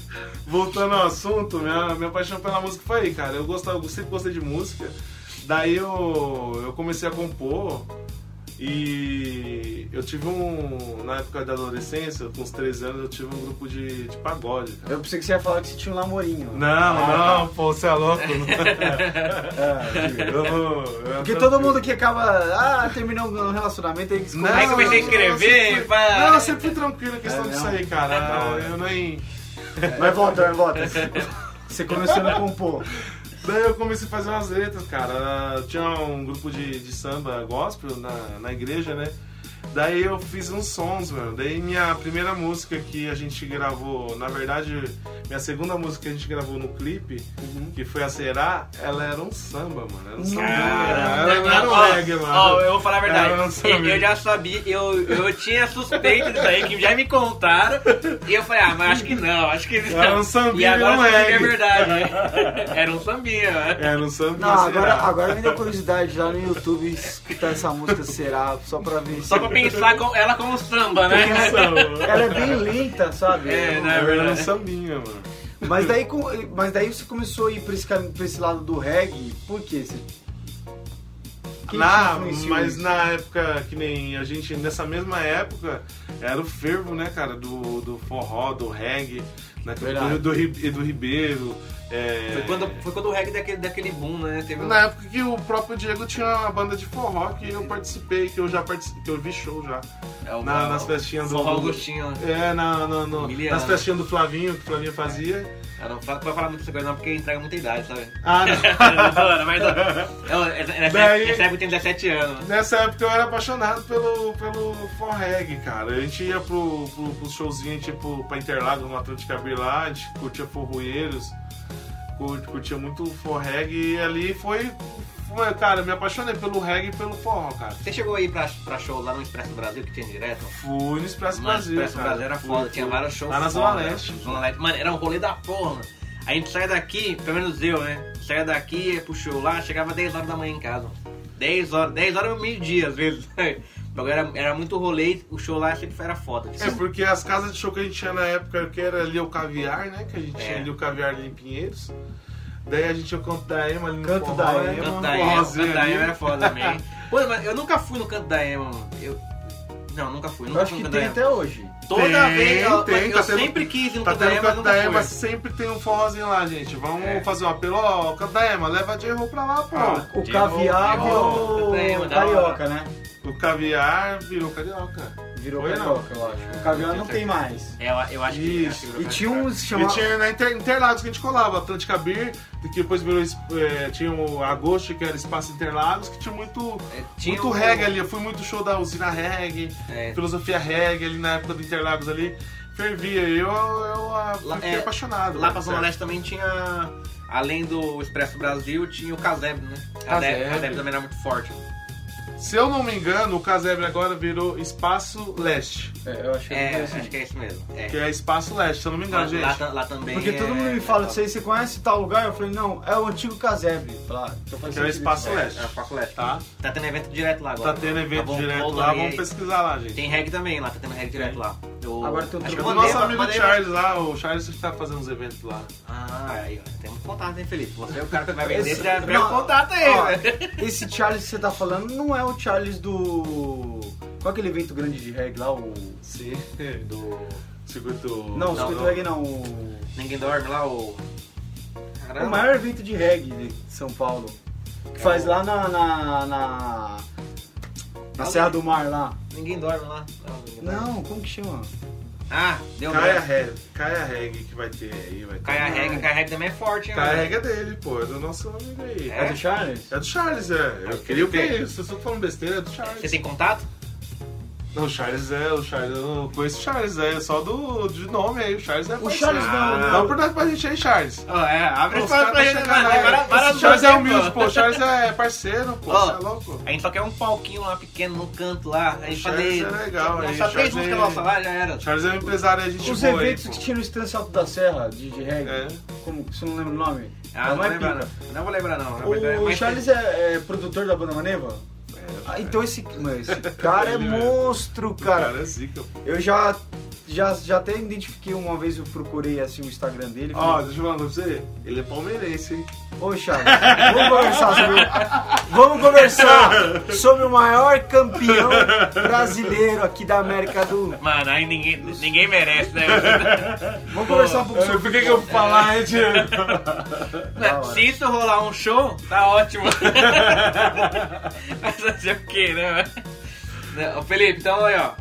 Speaker 3: voltando ao assunto, minha, minha paixão pela música foi aí, cara. Eu, gostava, eu sempre gostei de música. Daí eu, eu comecei a compor e eu tive um. Na época da adolescência, com uns 13 anos, eu tive um grupo de, de pagode, cara.
Speaker 1: Eu pensei que você ia falar que você tinha um namorinho.
Speaker 3: Né? Não, não, pô, você é louco.
Speaker 1: É, diga.
Speaker 3: (laughs) Eu não- eu-
Speaker 1: Porque todo mundo que acaba, ah, terminou um relacionamento aí que se
Speaker 3: Não,
Speaker 2: Aí comecei a escrever,
Speaker 3: eu sempre-
Speaker 2: pá.
Speaker 3: Não, eu sempre fui tranquilo em questão
Speaker 1: É,
Speaker 3: disso
Speaker 1: não.
Speaker 3: aí, cara. Eu nem.
Speaker 1: Vai volta, vai volta. Você um começou a compor.
Speaker 3: Daí eu comecei a fazer umas letras, cara. Tinha um grupo de, de samba gospel na, na igreja, né? Daí eu fiz uns sons, mano. Daí minha primeira música que a gente gravou, na verdade, minha segunda música que a gente gravou no clipe, que foi a Será, ela era um samba, mano. Era um samba.
Speaker 1: Cara,
Speaker 3: Ela não era um
Speaker 2: Ó,
Speaker 3: reggae,
Speaker 2: Ó,
Speaker 3: mano.
Speaker 2: eu vou falar a verdade.
Speaker 3: Eu não
Speaker 2: Eu,
Speaker 3: sabia.
Speaker 2: já sabia, eu, eu tinha suspeita disso aí, que já me contaram. E eu falei, ah, mas acho que não, acho que não.
Speaker 3: Era um sambinha,
Speaker 2: E agora
Speaker 3: não
Speaker 2: eu sei que é
Speaker 3: reggae.
Speaker 2: verdade. né? Era um sambinha, né?
Speaker 3: Era um samba.
Speaker 1: Não,
Speaker 3: Será.
Speaker 1: agora, agora me deu curiosidade lá no YouTube escutar essa música Será, só pra ver se.
Speaker 2: Só pra pensar com- ela como samba, né?
Speaker 3: (laughs) Era um samba.
Speaker 1: Ela é bem lenta, sabe?
Speaker 2: É, né?
Speaker 3: Era um sambinha, mano.
Speaker 1: Mas daí, com- mas daí você começou a ir pra esse, caminho- pra esse lado do reggae, por quê? Você... Quem te
Speaker 3: Na,
Speaker 1: influenciou
Speaker 3: mas
Speaker 1: nisso?
Speaker 3: na época, que nem a gente, nessa mesma época, era o fervo, né, cara, do, do forró, do reggae, né,
Speaker 1: Verdade.
Speaker 3: do, do, Ri- do Ribeiro. é,
Speaker 2: Foi quando, foi quando o reggae daquele, daquele boom, né? Teve um...
Speaker 3: Na época que o próprio Diego tinha uma banda de forró que eu participei, que eu já participei, que eu vi show já.
Speaker 2: é, o-
Speaker 3: na- nas festinhas do-
Speaker 2: São né? Augustinho.
Speaker 3: É, na, na- no-
Speaker 2: Miliano.
Speaker 3: nas festinhas do Flavinho, que o Flavinho fazia.
Speaker 2: Eu não falo- não vou um, falar muito essa coisa não, porque entrega muita idade, sabe? É,
Speaker 3: Ah, não.
Speaker 2: Não, zoando, mas ó, eu- essa- essa
Speaker 3: Daí-
Speaker 2: essa época eu tenho 17 anos.
Speaker 3: Nessa época eu era apaixonado pelo, pelo forreg, cara. A gente ia pro, pro, pro showzinho, tipo, pra Interlagos, no Atlântica Bilar, a gente curtia forroeiros, cur- curtia muito forreg e ali foi, foi- Cara, eu me apaixonei pelo reggae e pelo forró, cara.
Speaker 2: Você chegou aí pra, pra show lá no Expresso Brasil, que tinha direto?
Speaker 3: Fui no Expresso
Speaker 2: Mano,
Speaker 3: Brasil,
Speaker 2: Expresso
Speaker 3: cara.
Speaker 2: Brasil era
Speaker 3: Fui,
Speaker 2: foda,
Speaker 3: fui.
Speaker 2: tinha vários shows.
Speaker 3: Lá na Zona
Speaker 2: foda. né?
Speaker 3: Leste.
Speaker 2: Zona Leste. Mano, era um rolê da porra, mano. A gente saia daqui, pelo menos eu, né? Saia daqui, ia pro show lá, chegava 10 horas da manhã em casa. 10 horas, 10 horas é meio-dia às vezes. (laughs) Agora era, era muito rolê, e o show lá sempre era foda.
Speaker 3: É, porque as casas de show que a gente tinha na época, que era ali o Caviar, né? Que a gente
Speaker 2: É.
Speaker 3: tinha ali o Caviar ali em Pinheiros. Daí a gente tinha o Canto da Ema ali no
Speaker 1: Canto
Speaker 3: forró,
Speaker 1: da
Speaker 3: né,
Speaker 1: Ema.
Speaker 3: um
Speaker 2: Canto da Ema,
Speaker 3: forrozinho
Speaker 2: Canto da
Speaker 3: ali.
Speaker 2: Ema era foda também. (laughs) Pô, mas eu nunca fui no Canto da Ema, mano. Eu... Não, nunca fui.
Speaker 1: Eu
Speaker 2: Nunca
Speaker 1: acho
Speaker 2: fui
Speaker 1: que
Speaker 2: no Canto da
Speaker 1: tem
Speaker 2: Ema.
Speaker 1: até hoje.
Speaker 2: Toda
Speaker 3: Tem,
Speaker 2: vez, eu,
Speaker 3: tem,
Speaker 2: eu
Speaker 3: tá tendo-
Speaker 2: sempre quis ir no
Speaker 3: Tá
Speaker 2: Canto da
Speaker 3: tendo o
Speaker 2: Ema, mas
Speaker 3: canto da
Speaker 2: nunca
Speaker 3: Ema,
Speaker 2: fui.
Speaker 3: sempre tem um forrozinho lá, gente. Vamos
Speaker 2: É.
Speaker 3: fazer um apelo, ó, canto da Ema, leva a J-Ro pra lá, pô.
Speaker 1: Ah, o
Speaker 2: de
Speaker 1: caviar
Speaker 2: novo, de novo,
Speaker 1: virou
Speaker 2: da hora.
Speaker 1: carioca, né?
Speaker 3: O caviar virou carioca.
Speaker 1: Virou
Speaker 3: Foi, não?
Speaker 1: carioca, eu acho. O caviar não tem mais.
Speaker 2: É, eu, eu acho que... acho que
Speaker 3: Isso.
Speaker 2: virou
Speaker 1: E
Speaker 2: Canto
Speaker 1: tinha
Speaker 2: da Ema.
Speaker 1: uns
Speaker 3: E
Speaker 1: chamados.
Speaker 3: tinha um na Inter- Interlagos que a gente colava, Atlântica Beer, que depois virou. eh, tinha o Agosto, que era Espaço Interlagos, que tinha muito,
Speaker 2: É, tinha
Speaker 3: muito
Speaker 2: o-
Speaker 3: reggae ali. Eu fui muito show da usina reggae,
Speaker 2: É,
Speaker 3: filosofia reggae ali na época do Interlagos ali. Fervia, eu, eu ah,
Speaker 2: Lá-
Speaker 3: fiquei
Speaker 2: é,
Speaker 3: apaixonado. É.
Speaker 2: Lá pra
Speaker 3: cara,
Speaker 2: Zona
Speaker 3: sério.
Speaker 2: Leste também tinha, além do Expresso Brasil, tinha o Casebre, né?
Speaker 3: Casebre.
Speaker 2: Casebre Casebre também era muito forte.
Speaker 3: Se eu não me engano, o Casebre agora virou Espaço Leste,
Speaker 1: É, eu acho que
Speaker 2: É,
Speaker 1: é,
Speaker 2: acho que é isso mesmo. É.
Speaker 3: que é Espaço Leste, se eu não me engano,
Speaker 2: Lá,
Speaker 3: gente.
Speaker 2: lá ta- lá também.
Speaker 1: Porque
Speaker 2: é-
Speaker 1: todo mundo me fala, você, você conhece tal lugar? Eu falei, não, é o antigo casebre. Lá, então faz
Speaker 3: Que é o
Speaker 1: sentido.
Speaker 3: Espaço
Speaker 2: É,
Speaker 3: Leste,
Speaker 2: é o Espaço Leste.
Speaker 3: tá?
Speaker 2: Tá tendo evento direto lá agora.
Speaker 3: Tá tendo evento
Speaker 2: bom,
Speaker 3: direto
Speaker 2: volta
Speaker 3: lá,
Speaker 2: aí.
Speaker 3: vamos pesquisar lá, gente.
Speaker 2: Tem reggae também lá, tá tendo reggae direto lá. Eu-
Speaker 1: Agora tem um
Speaker 2: acho
Speaker 1: truque.
Speaker 2: que é eu
Speaker 3: O
Speaker 1: Mandei
Speaker 3: nosso
Speaker 2: pra-
Speaker 3: amigo
Speaker 2: mandei pra-
Speaker 3: Charles lá, o Charles que tá fazendo os eventos lá.
Speaker 2: Ah, aí, ó. Tem um contato, hein, Felipe? Você é o cara que vai vender,
Speaker 1: Esse-
Speaker 2: já vê é o
Speaker 1: Não,
Speaker 2: contato aí, né?
Speaker 1: ó,
Speaker 2: velho.
Speaker 1: Esse Charles que você tá falando não é o Charles do. Qual é aquele evento grande de reggae lá? O...
Speaker 3: Sim. Do (laughs) circuito.
Speaker 1: Não, o
Speaker 2: Não,
Speaker 1: circuito
Speaker 2: não.
Speaker 1: reggae não. O...
Speaker 2: Ninguém dorme lá, o... Caramba.
Speaker 1: o maior evento de reggae de São Paulo. Que é faz lá na. na. na, na Serra do Mar lá.
Speaker 2: Ninguém dorme lá. Não, ninguém dorme.
Speaker 1: Não, como que chama?
Speaker 2: Ah, deu
Speaker 3: Caia
Speaker 2: merda.
Speaker 3: Reg, Caia Reg que vai ter aí, vai ter.
Speaker 2: Caia Reg, Caia Reg também é forte, hein?
Speaker 3: Caia
Speaker 2: mano?
Speaker 3: Reg é dele, pô, é do nosso amigo aí.
Speaker 1: É,
Speaker 2: É?
Speaker 1: do Charles?
Speaker 3: É do Charles, é. Eu
Speaker 2: Mas
Speaker 3: queria o que
Speaker 2: tem que
Speaker 3: é
Speaker 2: ter.
Speaker 3: isso? Vocês estão falando besteira, é do Charles.
Speaker 2: Você tem contato?
Speaker 3: Não, o Charles é, o Charles, eu não conheço o Charles, é só do, de nome aí, o Charles é
Speaker 1: O Charles
Speaker 3: parceiro.
Speaker 1: Ah, não,
Speaker 3: Dá uma oportunidade pra gente aí, Charles.
Speaker 2: Ó, é, abre
Speaker 3: Pô,
Speaker 2: espaço
Speaker 3: os caras
Speaker 2: pra
Speaker 3: tá
Speaker 2: gente.
Speaker 3: chegando
Speaker 2: mano.
Speaker 3: aí.
Speaker 2: Tem várias- várias
Speaker 3: O Charles é
Speaker 2: coisas,
Speaker 3: humilde,
Speaker 2: pô.
Speaker 3: pô, o Charles é parceiro, pô,
Speaker 2: Ó,
Speaker 3: você é louco.
Speaker 2: A gente só quer um palquinho lá pequeno no canto lá. A gente
Speaker 3: Charles
Speaker 2: fazer.
Speaker 3: é legal, aí,
Speaker 2: Só três
Speaker 3: Charles
Speaker 2: músicas
Speaker 3: é-
Speaker 2: nossas lá já era.
Speaker 3: O Charles é um empresário, a gente
Speaker 1: Os
Speaker 3: boa aí,
Speaker 1: eventos
Speaker 3: pô.
Speaker 1: que tinha no Estância Alto da Serra de, de reggae.
Speaker 3: Tipo É.
Speaker 1: Como você não lembra o nome?
Speaker 2: Ah, não vou
Speaker 1: é
Speaker 2: lembrar,
Speaker 1: pica.
Speaker 2: não. Não vou lembrar, não. na verdade,
Speaker 1: O
Speaker 2: mas-
Speaker 1: Charles é, é produtor da banda Maneva?
Speaker 3: É,
Speaker 1: Ah, então esse, mano, esse cara é
Speaker 3: Ele mesmo.
Speaker 1: monstro,
Speaker 3: o
Speaker 1: cara.
Speaker 3: é zica, pô.
Speaker 1: Eu já, já, já até identifiquei uma vez, eu procurei assim, o Instagram dele.
Speaker 3: Ó,
Speaker 1: Falei,
Speaker 3: deixa eu falar pra você, ele é palmeirense, hein?
Speaker 1: Ô Charles, vamos conversar sobre, (laughs) vamos conversar sobre o maior campeão brasileiro aqui da América do.
Speaker 2: Mano, aí ninguém, ninguém merece, né?
Speaker 1: Vamos conversar um pouco sobre.
Speaker 3: Por que, que eu vou falar, hein, Diego?
Speaker 1: Da hora.
Speaker 2: Se isso rolar um show, tá ótimo. Mas fazer o quê, né? Ô, Felipe, então aí, ó.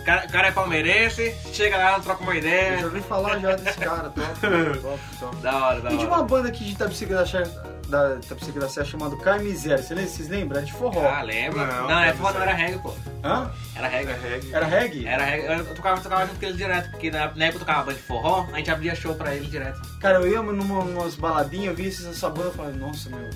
Speaker 2: O cara, o cara é palmeirense, chega lá, troca uma
Speaker 1: Eu já
Speaker 2: ideia.
Speaker 1: ouvi falar já desse cara, top, top, top.
Speaker 2: Da hora, da hora.
Speaker 1: E de uma banda aqui de Tapsica da Serra, da Tapsica da Serra chamada Carmiséria, Você lembra- vocês lembram? É de forró.
Speaker 2: Ah, lembra?
Speaker 3: Não,
Speaker 2: Não,
Speaker 3: cara,
Speaker 2: é foda,
Speaker 3: não
Speaker 2: não era reggae, pô.
Speaker 1: Hã?
Speaker 2: Era
Speaker 3: É
Speaker 2: reggae.
Speaker 3: (laughs) reggae.
Speaker 1: Era reggae?
Speaker 2: Era reggae. Eu eu tocava, tocava junto com eles direto, porque na, na época eu tocava banda de forró, a gente abria show pra eles direto.
Speaker 1: Cara, eu ia numa, numas baladinhas, eu via esses- essa banda e falei, nossa, meu,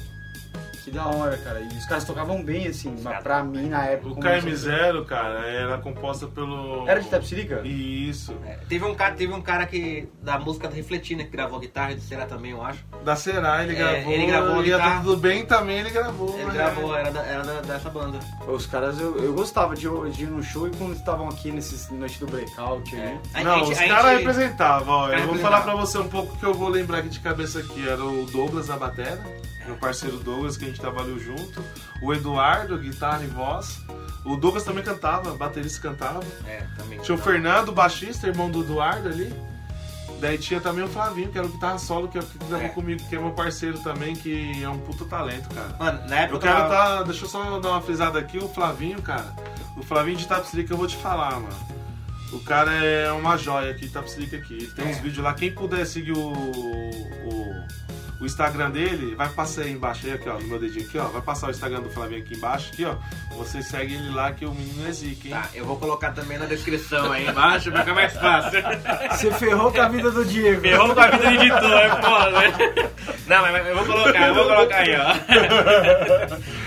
Speaker 1: que da hora, cara. E os caras tocavam bem, assim, mas
Speaker 2: caras
Speaker 1: pra mim, na época...
Speaker 3: O
Speaker 1: como
Speaker 3: Carme
Speaker 1: eu-
Speaker 3: Zero, cara, era composta pelo.
Speaker 1: Era de Tapsirica?
Speaker 3: Isso.
Speaker 2: É, teve, um cara, teve um cara que, da música da Refletina, que gravou guitarra, ele será também, eu acho.
Speaker 3: Da Será, ele
Speaker 2: É,
Speaker 3: gravou.
Speaker 2: ele gravou,
Speaker 3: E a
Speaker 2: guitarra.
Speaker 3: Tá Tudo Bem também, ele gravou.
Speaker 2: Ele
Speaker 3: né?
Speaker 2: gravou, é. era, da- era da- dessa banda.
Speaker 1: Os caras, eu, eu gostava de, de ir no show e quando estavam aqui nesses noite do breakout aí.
Speaker 2: É. A
Speaker 3: Não,
Speaker 2: gente-
Speaker 3: os
Speaker 2: a
Speaker 3: caras
Speaker 2: gente-
Speaker 3: representavam, ó.
Speaker 2: Cara
Speaker 3: Eu vou
Speaker 2: representava.
Speaker 3: falar pra você um pouco que eu vou lembrar aqui de cabeça aqui. Era o Douglas na batera,
Speaker 2: É.
Speaker 3: meu parceiro Douglas, que a gente trabalhou junto. O Eduardo, guitarra e voz. O Douglas também cantava, baterista cantava.
Speaker 2: É, também.
Speaker 3: Tinha o Fernando, baixista, irmão do Eduardo ali. Daí tinha também o Flavinho, que era o guitarra solo, que é o que gravou
Speaker 2: É.
Speaker 3: comigo, que é meu parceiro também, que é um puta talento, cara.
Speaker 2: Mano, na época
Speaker 3: Eu quero
Speaker 2: tocava-
Speaker 3: tá. Deixa eu só dar uma frisada aqui, o Flavinho, cara. O Flavinho de Tapsirica, eu vou te falar, mano. O cara é uma joia aqui, tá Tapslick aqui. Ele
Speaker 2: É.
Speaker 3: tem uns vídeos lá. Quem puder seguir o, o, o Instagram dele, vai passar aí embaixo, aí aqui, ó, no meu dedinho aqui, ó. Vai passar o Instagram do Flamengo aqui embaixo, aqui, ó. Você segue ele lá que o menino é zica, hein?
Speaker 2: Tá, eu vou colocar também na descrição aí embaixo pra ficar mais fácil.
Speaker 1: Você ferrou com a vida do Diego.
Speaker 2: (laughs) Ferrou com a vida do editor, é foda, né? Não, mas- mas eu vou colocar, eu vou colocar aí, ó.
Speaker 3: (laughs)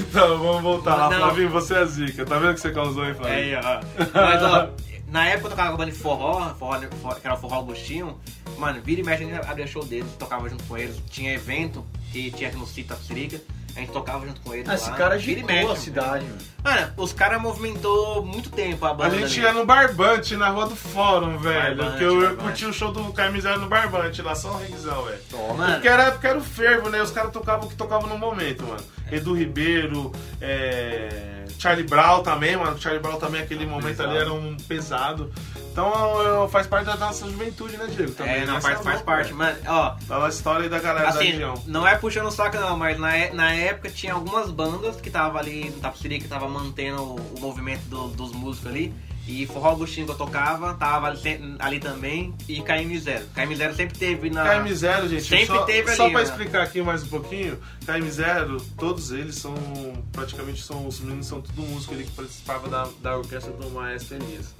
Speaker 3: Então, vamos voltar lá.
Speaker 2: Não. É,
Speaker 3: Flavinho, você é zica. Tá vendo o que você causou, hein, Flavinho?
Speaker 2: Aí, ó. Mas, ó, na época eu tocava banda de forró, forró, forró que era o forró Agostinho. Mano, vira e mexe, a gente abria show deles, tocava junto com eles. Tinha evento que tinha aqui no sítio Tapsirica, a gente tocava junto com eles.
Speaker 1: Ah, Esse
Speaker 2: lá.
Speaker 1: cara
Speaker 2: Vira e
Speaker 1: agitou
Speaker 2: mexe,
Speaker 1: a cidade, mano.
Speaker 2: Mano, os caras movimentou muito tempo a
Speaker 3: A
Speaker 2: banda.
Speaker 3: gente
Speaker 2: ali.
Speaker 3: ia no Barbante, na rua do Fórum, velho.
Speaker 2: Barbante,
Speaker 3: que eu, eu
Speaker 2: Barbante.
Speaker 3: curti o show do Camisão no Barbante, lá só um reguizão, velho.
Speaker 2: Mano,
Speaker 3: Porque era a época era o fervo, né? Os caras tocavam o que tocavam no momento, mano. Edu Ribeiro, é... Charlie Brown também, mano. Charlie Brown também, aquele momento ali era um pesado. Então eu- faz parte da nossa juventude, né, Diego? Também,
Speaker 2: é, não,
Speaker 3: né?
Speaker 2: faz,
Speaker 3: Essa
Speaker 2: faz
Speaker 3: louca,
Speaker 2: parte.
Speaker 3: velho.
Speaker 2: Mano, ó,
Speaker 3: Da história e da galera da
Speaker 2: assim,
Speaker 3: região.
Speaker 2: não é puxando o saco não, mas na, é- na época tinha algumas bandas que tava ali no Tapsiri, que tava mantendo o, o movimento do- dos músicos ali. E Forró Agostinho que eu tocava, tava ali, se- ali também. E KM0. KM0 sempre teve na...
Speaker 3: KM0, gente,
Speaker 2: Ah, Sempre
Speaker 3: só,
Speaker 2: teve
Speaker 3: só
Speaker 2: ali,
Speaker 3: pra
Speaker 2: né?
Speaker 3: explicar aqui mais um pouquinho, KM0, todos eles são, praticamente são, os meninos são tudo músico ali que participava da, da orquestra do Maestro Elias.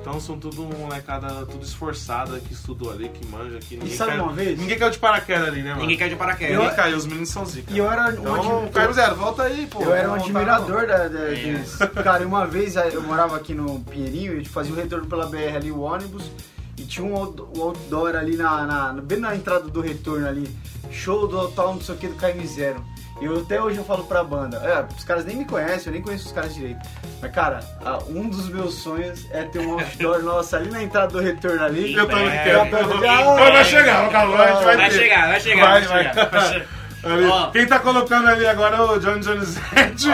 Speaker 3: Então são tudo molecada, tudo esforçada, que estudou ali, que manja, que ninguém
Speaker 1: sabe
Speaker 3: caiu,
Speaker 1: uma vez?
Speaker 3: Ninguém caiu de paraquedas ali, né, mano?
Speaker 2: Ninguém caiu de paraquedas.
Speaker 3: Ninguém caiu, os meninos são zica.
Speaker 1: E eu era um
Speaker 3: então,
Speaker 1: admi-
Speaker 3: KM0, volta aí, pô.
Speaker 1: Eu era um
Speaker 3: Não, tá,
Speaker 1: admirador da, da-
Speaker 2: É.
Speaker 1: deles. Cara, e uma vez aí, eu morava aqui no Pinheirinho, a gente fazia o retorno pela BR ali, o ônibus, e tinha um out- um outdoor ali na, na- bem na entrada do retorno ali. Show do tal, não sei o que, do KM0. E eu até hoje eu falo pra banda, é, os caras nem me conhecem, eu nem conheço os caras direito. Mas, cara, ah, um dos meus sonhos é ter um outdoor (laughs) nosso ali na entrada do retorno ali.
Speaker 2: Em
Speaker 3: Eu também
Speaker 2: breve,
Speaker 3: quero.
Speaker 2: em
Speaker 1: Quando
Speaker 2: breve.
Speaker 3: vai chegar, calma, a gente vai
Speaker 2: É. Vai
Speaker 3: ter.
Speaker 2: chegar, vai chegar, vai,
Speaker 3: Vai,
Speaker 2: chegar.
Speaker 3: vai.
Speaker 2: vai (laughs) chegar.
Speaker 3: Ali.
Speaker 2: Ó.
Speaker 3: Quem tá colocando ali agora é o Johnny Jones.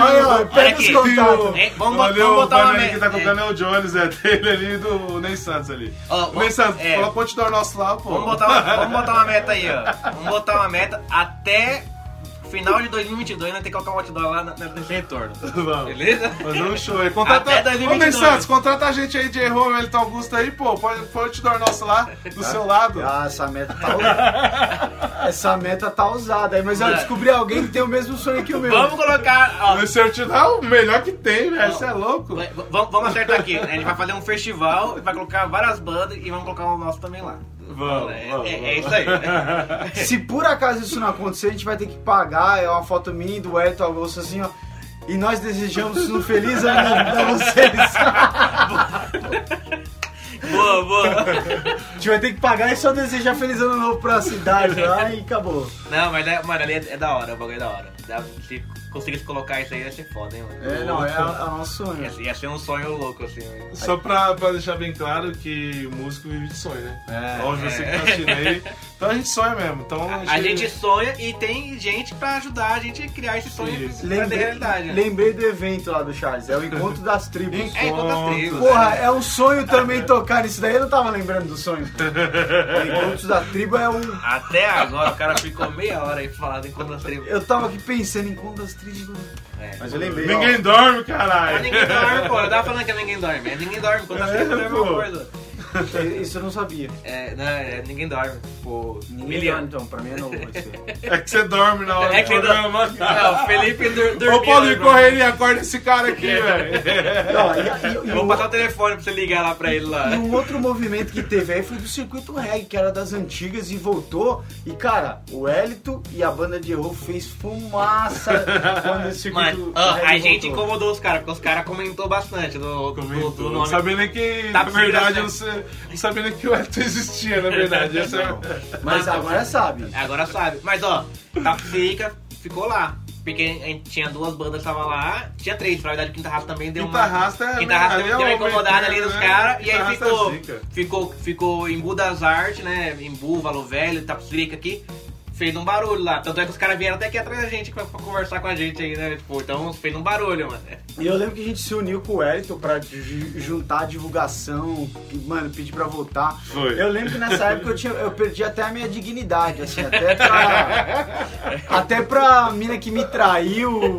Speaker 1: Olha, ó, pega
Speaker 2: aqui.
Speaker 1: os contatos.
Speaker 2: É, vamos bot-
Speaker 3: Olha,
Speaker 2: vamos
Speaker 3: o
Speaker 2: botar uma
Speaker 3: banner
Speaker 2: me-
Speaker 3: que tá colocando é. o Jones, é dele ali do Ney Santos ali.
Speaker 2: Ó,
Speaker 3: o Ney
Speaker 2: vamos-
Speaker 3: Santos,
Speaker 2: é.
Speaker 3: coloca o outdoor nosso lá, pô.
Speaker 2: Vamos botar, uma, vamos botar uma meta aí, ó. Vamos botar uma meta até final de 2022, nós tem que colocar um outdoor lá na- na- nesse retorno.
Speaker 3: Vamos.
Speaker 2: Beleza?
Speaker 3: Fazer um show aí. Contrata...
Speaker 2: Até
Speaker 3: Ô, Ney
Speaker 2: 2022.
Speaker 3: Santos, contrata a gente aí, J. Rome, Elton Augusto aí, pô. Põe põe o outdoor nosso lá, do seu lado.
Speaker 1: Ah, essa meta tá ousada. essa meta tá ousada. aí, Mas eu descobri alguém que tem o mesmo sonho que o meu.
Speaker 2: Vamos colocar. Ó,
Speaker 3: Esse outdoor é o melhor que tem, velho. Você é louco.
Speaker 2: vai- v- vamos vamos acertar aqui. A gente vai fazer um festival, vai colocar várias bandas e vamos colocar o nosso também lá.
Speaker 3: Vamos,
Speaker 2: É-
Speaker 3: vamos,
Speaker 2: é- é
Speaker 3: vamos.
Speaker 2: isso aí.
Speaker 1: Se por acaso isso não acontecer, a gente vai ter que pagar. É uma foto minha e do Elton Augusto assim, ó. E nós desejamos um feliz ano novo pra vocês.
Speaker 2: (laughs) Boa, boa.
Speaker 1: A gente vai ter que pagar e só desejar feliz ano novo pra cidade lá e acabou.
Speaker 2: Não, mas é- mano, ali é, é da hora, o bagulho é da hora. Dá- se conseguisse colocar isso aí, ia ser foda, hein, mano.
Speaker 1: É, não, é, é o nosso sonho.
Speaker 2: Ia, ia ser um sonho louco, assim. né?
Speaker 3: Só pra, pra deixar bem claro que músico vive de sonho, né?
Speaker 1: É.
Speaker 3: Óbvio, você que tá assistindo aí. Então a gente sonha mesmo. Então
Speaker 2: A gente sonha e tem gente pra ajudar a gente a criar esse sonho
Speaker 3: Isso.
Speaker 2: pra ter
Speaker 1: Lembrei,
Speaker 2: realidade. né?
Speaker 1: lembrei do evento lá do Charles, é o encontro das tribos.
Speaker 2: É, enquanto as tribos.
Speaker 1: Porra, é um sonho também tocar nisso daí. Eu não tava lembrando do (laughs) sonho. O encontro da tribo é um
Speaker 2: Até agora o cara ficou meia hora aí falando enquanto as tribos.
Speaker 1: Eu tava aqui pensando em quantas tribos.
Speaker 2: É.
Speaker 1: Mas eu lembrei. ó.
Speaker 3: Ninguém dorme,
Speaker 2: Mas
Speaker 3: caralho.
Speaker 2: ninguém dorme, pô. Eu tava falando que ninguém dorme. É, ninguém dorme. Quando as
Speaker 3: É,
Speaker 2: tribos dormem, é
Speaker 3: pô.
Speaker 2: uma coisa.
Speaker 1: Isso eu não sabia.
Speaker 2: É, não, é, ninguém dorme. Pô,
Speaker 1: Ninguém
Speaker 2: milhão.
Speaker 1: dorme, então, pra mim é novo. isso aí.
Speaker 3: É que você dorme na hora
Speaker 2: É
Speaker 3: do
Speaker 2: que dorme.
Speaker 3: programa. cara.
Speaker 2: Não, o Felipe dur dormiu.
Speaker 3: Ô, Paulinho,
Speaker 2: né,
Speaker 3: corre ele e acorda esse
Speaker 2: (laughs)
Speaker 3: cara aqui, velho.
Speaker 1: (laughs) Não, e- e- e
Speaker 2: Eu vou
Speaker 1: um-
Speaker 2: passar o telefone pra você ligar lá pra ele lá.
Speaker 1: e um outro movimento que teve aí foi do circuito reggae, que era das antigas e voltou. E cara, o Hélito e a banda de erro fez fumaça quando esse circuito
Speaker 2: Mano, ó,
Speaker 1: reggae
Speaker 2: a gente
Speaker 1: voltou.
Speaker 2: incomodou os caras, porque os caras comentou bastante do, do, do
Speaker 3: Comentou. Não
Speaker 2: nome.
Speaker 3: sabia nem que,
Speaker 2: Tá
Speaker 3: na verdade,
Speaker 2: precisando.
Speaker 3: eu não sei- não sabia nem que o Elton existia, na verdade. Essa é-
Speaker 1: Mas agora sabe.
Speaker 2: Agora sabe. Mas ó, Tapsica ficou lá. Porque a gente tinha duas bandas que tava lá, tinha três, na verdade, o Quinta Raça também deu
Speaker 3: Quinta
Speaker 2: uma.
Speaker 3: Raça é-
Speaker 2: Quinta Raça
Speaker 3: ali é
Speaker 2: deu uma
Speaker 3: o
Speaker 2: incomodada ali
Speaker 3: meio
Speaker 2: nos
Speaker 3: termo, né?
Speaker 2: caras, e
Speaker 3: Quinta
Speaker 2: aí
Speaker 3: Raça
Speaker 2: ficou,
Speaker 3: é zica.
Speaker 2: ficou. Ficou Embu das Artes, né? Embu, Valo Velho, Tapsica aqui. fez um barulho lá. Tanto é que os caras vieram até aqui atrás da gente pra, pra conversar com a gente aí, né? Tipo, então fez um barulho, mano.
Speaker 1: E eu lembro que a gente se uniu com o Wellington pra ju- juntar a divulgação, e, mano, pedir pra votar.
Speaker 3: Foi.
Speaker 1: Eu lembro que nessa época eu, tinha, eu perdi até a minha dignidade, assim, até
Speaker 3: (laughs)
Speaker 1: pra. até pra mina que me traiu,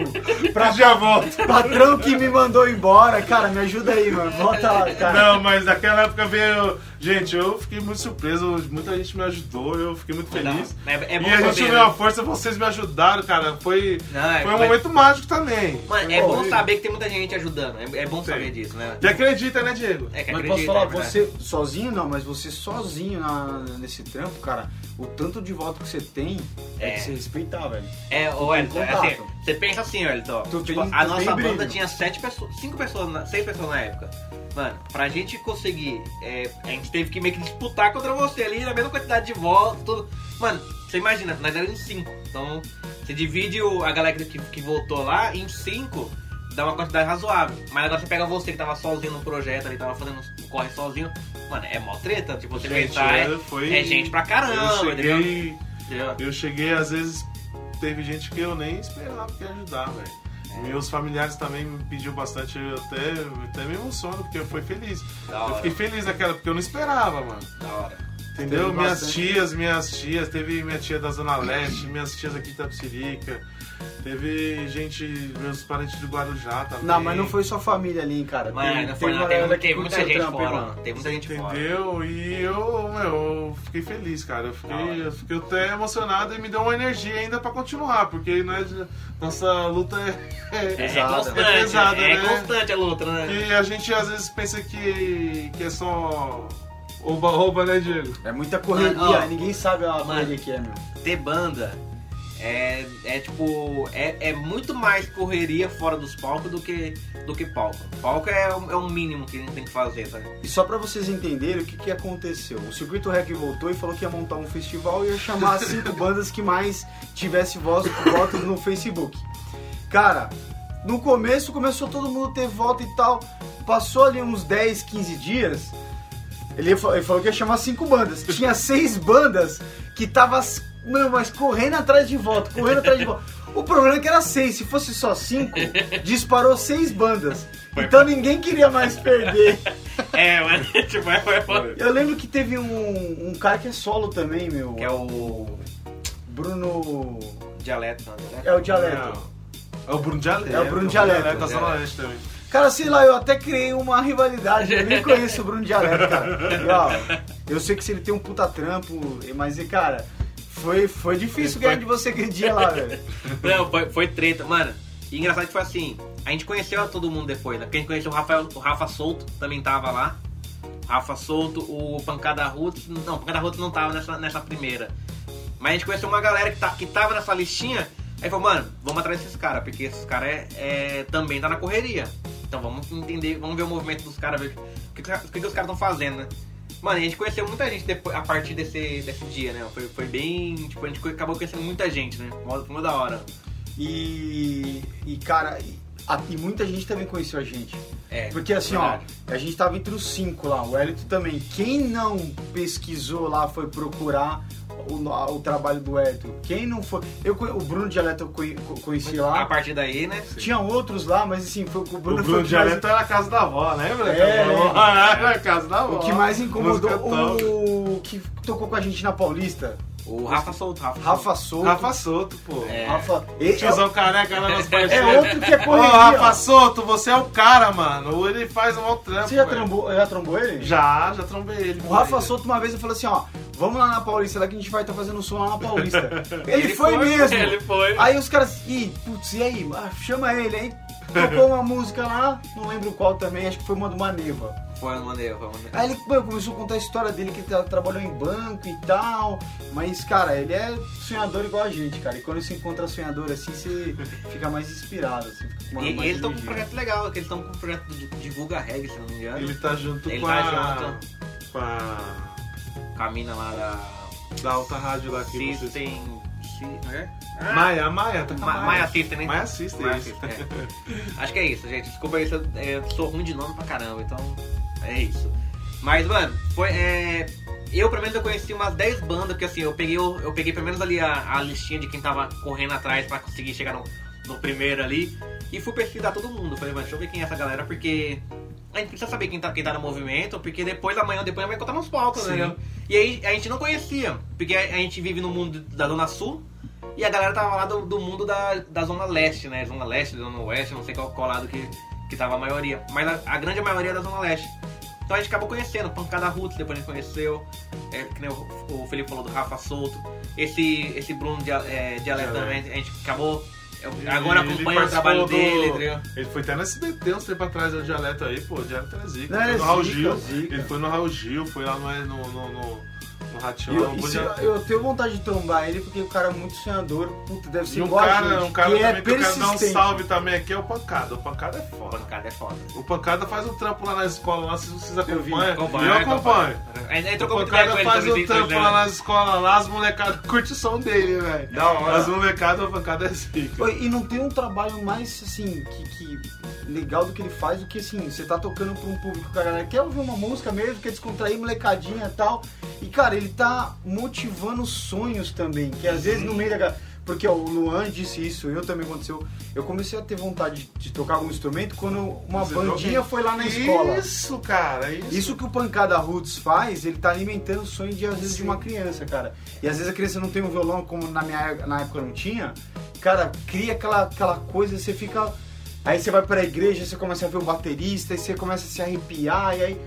Speaker 1: pra,
Speaker 3: Já volto.
Speaker 1: patrão que me mandou embora. Cara, me ajuda aí, mano. Volta lá, cara.
Speaker 3: Não, mas naquela época veio. Gente, eu fiquei muito surpreso, muita gente me ajudou, eu fiquei muito
Speaker 2: Não,
Speaker 3: feliz.
Speaker 2: é- é bom
Speaker 3: e a gente
Speaker 2: saber,
Speaker 3: uniu
Speaker 2: né?
Speaker 3: a força, vocês me ajudaram, cara. Foi,
Speaker 2: Não, é-
Speaker 3: foi um
Speaker 2: mas-
Speaker 3: momento mágico também.
Speaker 2: Mano,
Speaker 3: Foi
Speaker 2: é bom
Speaker 3: horrível.
Speaker 2: saber que tem muita gente ajudando. É, é bom
Speaker 3: Sim.
Speaker 2: saber disso, né?
Speaker 3: E acredita, né, Diego?
Speaker 2: É que
Speaker 1: Mas
Speaker 2: acredita,
Speaker 1: posso
Speaker 3: né?
Speaker 1: falar,
Speaker 2: é verdade.
Speaker 1: você sozinho não, mas você sozinho na- nesse trampo, cara, o tanto de voto que você tem é,
Speaker 2: É.
Speaker 1: de se respeitar, velho.
Speaker 2: É, ô Elton,
Speaker 1: contato.
Speaker 2: assim, você pensa assim, Elton.
Speaker 1: Tu
Speaker 2: Tipo,
Speaker 1: tem-
Speaker 2: a
Speaker 1: tu
Speaker 2: nossa
Speaker 1: tem
Speaker 2: banda
Speaker 1: brilho.
Speaker 2: tinha sete pessoas, cinco pessoas, na- seis pessoas na época. Mano, pra gente conseguir, é, a gente teve que meio que disputar contra você ali, na mesma quantidade de votos, tudo. Mano, você imagina, nós éramos cinco. Então, você divide o- a galera que, que voltou lá em cinco, dá uma quantidade razoável. Mas agora você pega você que tava sozinho no projeto ali, tava fazendo um corre sozinho. Mano, é mó treta, tipo, você
Speaker 3: Gente,
Speaker 2: pensar, é,
Speaker 3: é, foi-
Speaker 2: é gente pra
Speaker 3: Eu
Speaker 2: caramba, entendeu?
Speaker 3: cheguei,
Speaker 2: Entendeu?
Speaker 3: eu cheguei, às vezes teve gente que eu nem esperava que ia ajudar, velho.
Speaker 2: É.
Speaker 3: Meus familiares também me pediu bastante, eu até, eu até me emociono, porque eu fui feliz.
Speaker 2: Da
Speaker 3: Eu
Speaker 2: hora,
Speaker 3: fiquei feliz naquela, porque eu não esperava, mano.
Speaker 2: da hora.
Speaker 3: Entendeu?
Speaker 1: Teve
Speaker 3: minhas
Speaker 1: bastante.
Speaker 3: tias, minhas tias, teve minha tia da Zona Leste, minhas tias aqui de Tapsirica, teve gente, meus parentes do Guarujá também.
Speaker 1: Não, mas não foi só família ali, hein, cara.
Speaker 2: Mas
Speaker 1: Tem-
Speaker 2: não foi
Speaker 1: tem
Speaker 2: não,
Speaker 1: galera
Speaker 2: teve,
Speaker 1: que
Speaker 2: teve
Speaker 1: curte
Speaker 2: muita
Speaker 1: seu
Speaker 2: gente
Speaker 1: trampo, hein,
Speaker 2: fora,
Speaker 1: mano.
Speaker 2: mano. Teve muita gente fora.
Speaker 3: Entendeu? E eu, meu, eu fiquei feliz, cara. Eu
Speaker 2: Da hora.
Speaker 3: fiquei, eu fiquei até emocionado e me deu uma energia ainda pra continuar, porque nós, nossa luta é, (laughs)
Speaker 2: É, é
Speaker 1: Pesada.
Speaker 2: constante,
Speaker 3: É
Speaker 2: é,
Speaker 3: pesada, né?
Speaker 2: constante a luta, né?
Speaker 3: E a gente às vezes pensa que, que é só oba-oba, né, Diego?
Speaker 1: É muita correria,
Speaker 2: Mano, ó.
Speaker 1: ninguém sabe a
Speaker 2: Mano.
Speaker 1: correria que é, meu.
Speaker 2: Ter banda é, é tipo. É, é muito mais correria fora dos palcos do que, do que palco. Palco é, o- é o mínimo que a gente tem que fazer, tá sabe?
Speaker 1: E só pra vocês entenderem o que, que aconteceu. O Circuito Rec voltou e falou que ia montar um festival e ia chamar as cinco bandas que mais tivesse voz- votos no Facebook. Cara, no começo começou todo mundo ter voto e tal. Passou ali uns 10, 15 dias. Ele, fa- ele falou que ia chamar cinco bandas. Tinha seis bandas que tava, s- mano, mas correndo atrás de voto, correndo atrás de voto. O problema é que era seis, se fosse só cinco, disparou seis bandas. Então ninguém queria mais perder.
Speaker 2: É, mas (laughs) tipo, é, é foda.
Speaker 1: Eu lembro que teve um, um cara que é solo também, meu.
Speaker 2: Que é o
Speaker 1: Bruno.
Speaker 2: dialeto, né?
Speaker 1: É o dialeto.
Speaker 3: É o Bruno Dialeto. tá
Speaker 1: É o Bruno Dialeto.
Speaker 3: da Zona Leste também.
Speaker 1: Cara, sei lá, eu até criei uma rivalidade. Eu nem conheço o Bruno Dialeto, cara. E, ó, eu sei que se ele tem um puta trampo, mas, e, cara, foi, foi difícil ganhar de você aquele dia lá, velho.
Speaker 2: Não, foi, foi treta, mano. E engraçado que foi assim, a gente conheceu todo mundo depois, né? Porque a gente conheceu o Rafael, o Rafa Souto, também tava lá. Rafa Souto, o Pancada Roots. Não, o Pancada Roots não tava nessa, nessa primeira. Mas a gente conheceu uma galera que, tá, que tava nessa listinha. Aí falou, mano, vamos atrás desses caras, porque esses caras é, é, também tá na correria. Então vamos entender, vamos ver o movimento dos caras, ver o que, que- o que que os caras estão fazendo, né? Mano, e a gente conheceu muita gente depois, a partir desse, desse dia, né? Foi, foi bem. Tipo, a gente acabou conhecendo muita gente, né? Mó- Foi uma da hora.
Speaker 1: E, e cara, e, a- e muita gente também conheceu a gente.
Speaker 2: É.
Speaker 1: Porque assim,
Speaker 2: verdade.
Speaker 1: ó, a gente tava entre os cinco lá, o Hélito também. Quem não pesquisou lá foi procurar o, o trabalho do Hélito. Quem não foi. Eu, conhe- o Bruno Dialeto eu conhe- co- conheci
Speaker 2: A
Speaker 1: lá.
Speaker 2: partir daí, né?
Speaker 1: Tinha outros lá, mas assim, foi, o
Speaker 3: O
Speaker 1: Bruno, foi o
Speaker 3: Bruno
Speaker 1: que, mais,
Speaker 3: Dialeto era a casa da avó, lembra?
Speaker 1: É,
Speaker 3: era a casa da avó. (laughs)
Speaker 1: o que mais
Speaker 3: Música top.
Speaker 1: incomodou. O que tocou com a gente na Paulista?
Speaker 2: O Rafa solto, Rafa.
Speaker 1: Rafa Souto.
Speaker 3: Rafa Soto, pô.
Speaker 2: É.
Speaker 1: Rafa- e- é,
Speaker 3: Tiozão careca lá nas
Speaker 1: é
Speaker 3: parceiras.
Speaker 1: outro que é
Speaker 3: Ô,
Speaker 1: correria.
Speaker 3: Rafa Soto, você é o cara, mano. Ele faz um mau trampo.
Speaker 1: Você já
Speaker 3: velho.
Speaker 1: trombou, já trombou ele?
Speaker 3: Já, já trombei ele.
Speaker 1: O Rafa Souto uma vez eu falei assim, ó, vamos lá na Paulista, lá que a gente vai estar fazendo som lá na (laughs) Paulista. Ele, foi, mesmo.
Speaker 2: Ele foi.
Speaker 1: Aí os caras, e putz, e aí? Ah, Chama ele, aí tocou uma música lá, não lembro qual também, acho que foi uma do Maneva.
Speaker 2: Foi, mandei, foi, mandei.
Speaker 1: Aí ele mano, começou a contar a história dele, que ele tra- trabalhou em banco e tal, mas cara, ele é sonhador igual a gente, cara, e quando você encontra sonhador assim, você fica mais inspirado, assim, fica com uma
Speaker 2: E, e
Speaker 1: mais
Speaker 2: eles estão com um
Speaker 1: energia.
Speaker 2: projeto legal, que eles estão com um projeto de divulga reggae, se eu não me engano.
Speaker 3: Ele tá junto
Speaker 2: Ele
Speaker 3: com
Speaker 2: tá
Speaker 3: a.
Speaker 2: junto.
Speaker 3: Com a.
Speaker 2: Com a mina lá da
Speaker 3: Da alta rádio lá que vocês.
Speaker 2: System. Si- não é?
Speaker 3: Maia, a Maia,
Speaker 1: É?
Speaker 3: tá com a
Speaker 2: Ma- Maia System, né?
Speaker 3: Maia System,
Speaker 2: Maia
Speaker 3: isso. (laughs)
Speaker 2: System,
Speaker 1: (laughs)
Speaker 2: é. Acho que é isso, gente. Desculpa aí, se eu é, sou ruim de nome pra caramba, então é isso. Mas, mano, foi. é, Eu, pelo menos, eu conheci umas 10 bandas, porque assim, eu peguei, o- eu peguei pelo menos ali a, a listinha de quem tava correndo atrás pra conseguir chegar no, no primeiro ali. E fui pesquisar todo mundo. Falei, mano, deixa eu ver quem é essa galera, porque. A gente precisa saber quem tá, quem tá no movimento, porque depois, amanhã, depois vai encontrar nos palcos,
Speaker 3: Sim.
Speaker 2: né? E aí a gente não conhecia, porque a, a gente vive no mundo da Zona Sul e a galera tava lá do, do mundo da, da Zona Leste, né? Zona Leste, Zona Oeste, não sei qual, qual lado que, que tava a maioria. Mas a, a grande maioria é da Zona Leste. Então a gente acabou conhecendo, Pancada Roots, depois a gente conheceu, é, que nem o, o Felipe falou do Rafa Souto, esse, esse Bruno de, é, de Alé
Speaker 3: Dialeto.
Speaker 2: também, a gente acabou. eu- agora
Speaker 3: Ele
Speaker 2: acompanha o trabalho
Speaker 3: participou do-
Speaker 2: dele, entendeu?
Speaker 3: Ele foi até no SBT uns tempos atrás, é o dialeto aí, pô, o dialeto é zica.
Speaker 1: Não,
Speaker 3: foi
Speaker 1: é
Speaker 3: no Raul
Speaker 1: zica,
Speaker 3: Gil,
Speaker 1: zica.
Speaker 3: ele foi no Raul Gil, foi lá no, no, no, no, no Ratião.
Speaker 1: E eu, e se-
Speaker 3: podia-
Speaker 1: eu tenho vontade de trombar ele porque o cara é muito sonhador, puta, deve ser
Speaker 3: E um
Speaker 1: igual a
Speaker 3: cara,
Speaker 1: gente,
Speaker 3: um cara
Speaker 1: que é
Speaker 3: também que eu quero dar um
Speaker 1: persistente.
Speaker 3: salve também aqui é o Pancada. O Pancada é foda.
Speaker 2: Pancada é foda.
Speaker 3: O Pancada faz um trampo lá na escola, lá, se vocês
Speaker 1: Eu vi,
Speaker 3: acompanham. Eu,
Speaker 2: acompanho,
Speaker 3: acompanho.
Speaker 2: A gente
Speaker 3: O
Speaker 2: entrou com
Speaker 3: Pancada faz
Speaker 1: tá
Speaker 2: também,
Speaker 3: um
Speaker 2: depois,
Speaker 3: trampo
Speaker 2: né?
Speaker 3: lá na escola, lá as molecadas curtem o som dele, velho.
Speaker 1: Da hora.
Speaker 3: As molecadas, o Pancada é zica.
Speaker 1: Oi, E não tem um trabalho mais, assim, que, que legal do que ele faz, do que, assim, você tá tocando pra um público que a galera quer ouvir uma música mesmo, quer descontrair, molecadinha e tal. E, cara, ele tá motivando sonhos também, que às vezes no meio da... ga- Porque ó, o Luan disse isso, eu também aconteceu. Eu comecei a ter vontade de tocar algum instrumento quando uma
Speaker 3: Você
Speaker 1: bandinha
Speaker 3: toca?
Speaker 1: foi lá na escola.
Speaker 3: Isso, cara, isso.
Speaker 1: Isso é que o Pancada Roots faz, ele tá alimentando o sonho de, às vezes, de
Speaker 3: Sim.
Speaker 1: uma criança, cara. E às vezes a criança não tem um violão como na minha na época não tinha. Cara, cria aquela, aquela coisa, você fica. Aí você vai pra igreja, você começa a ver o baterista, aí você começa a se arrepiar, e aí.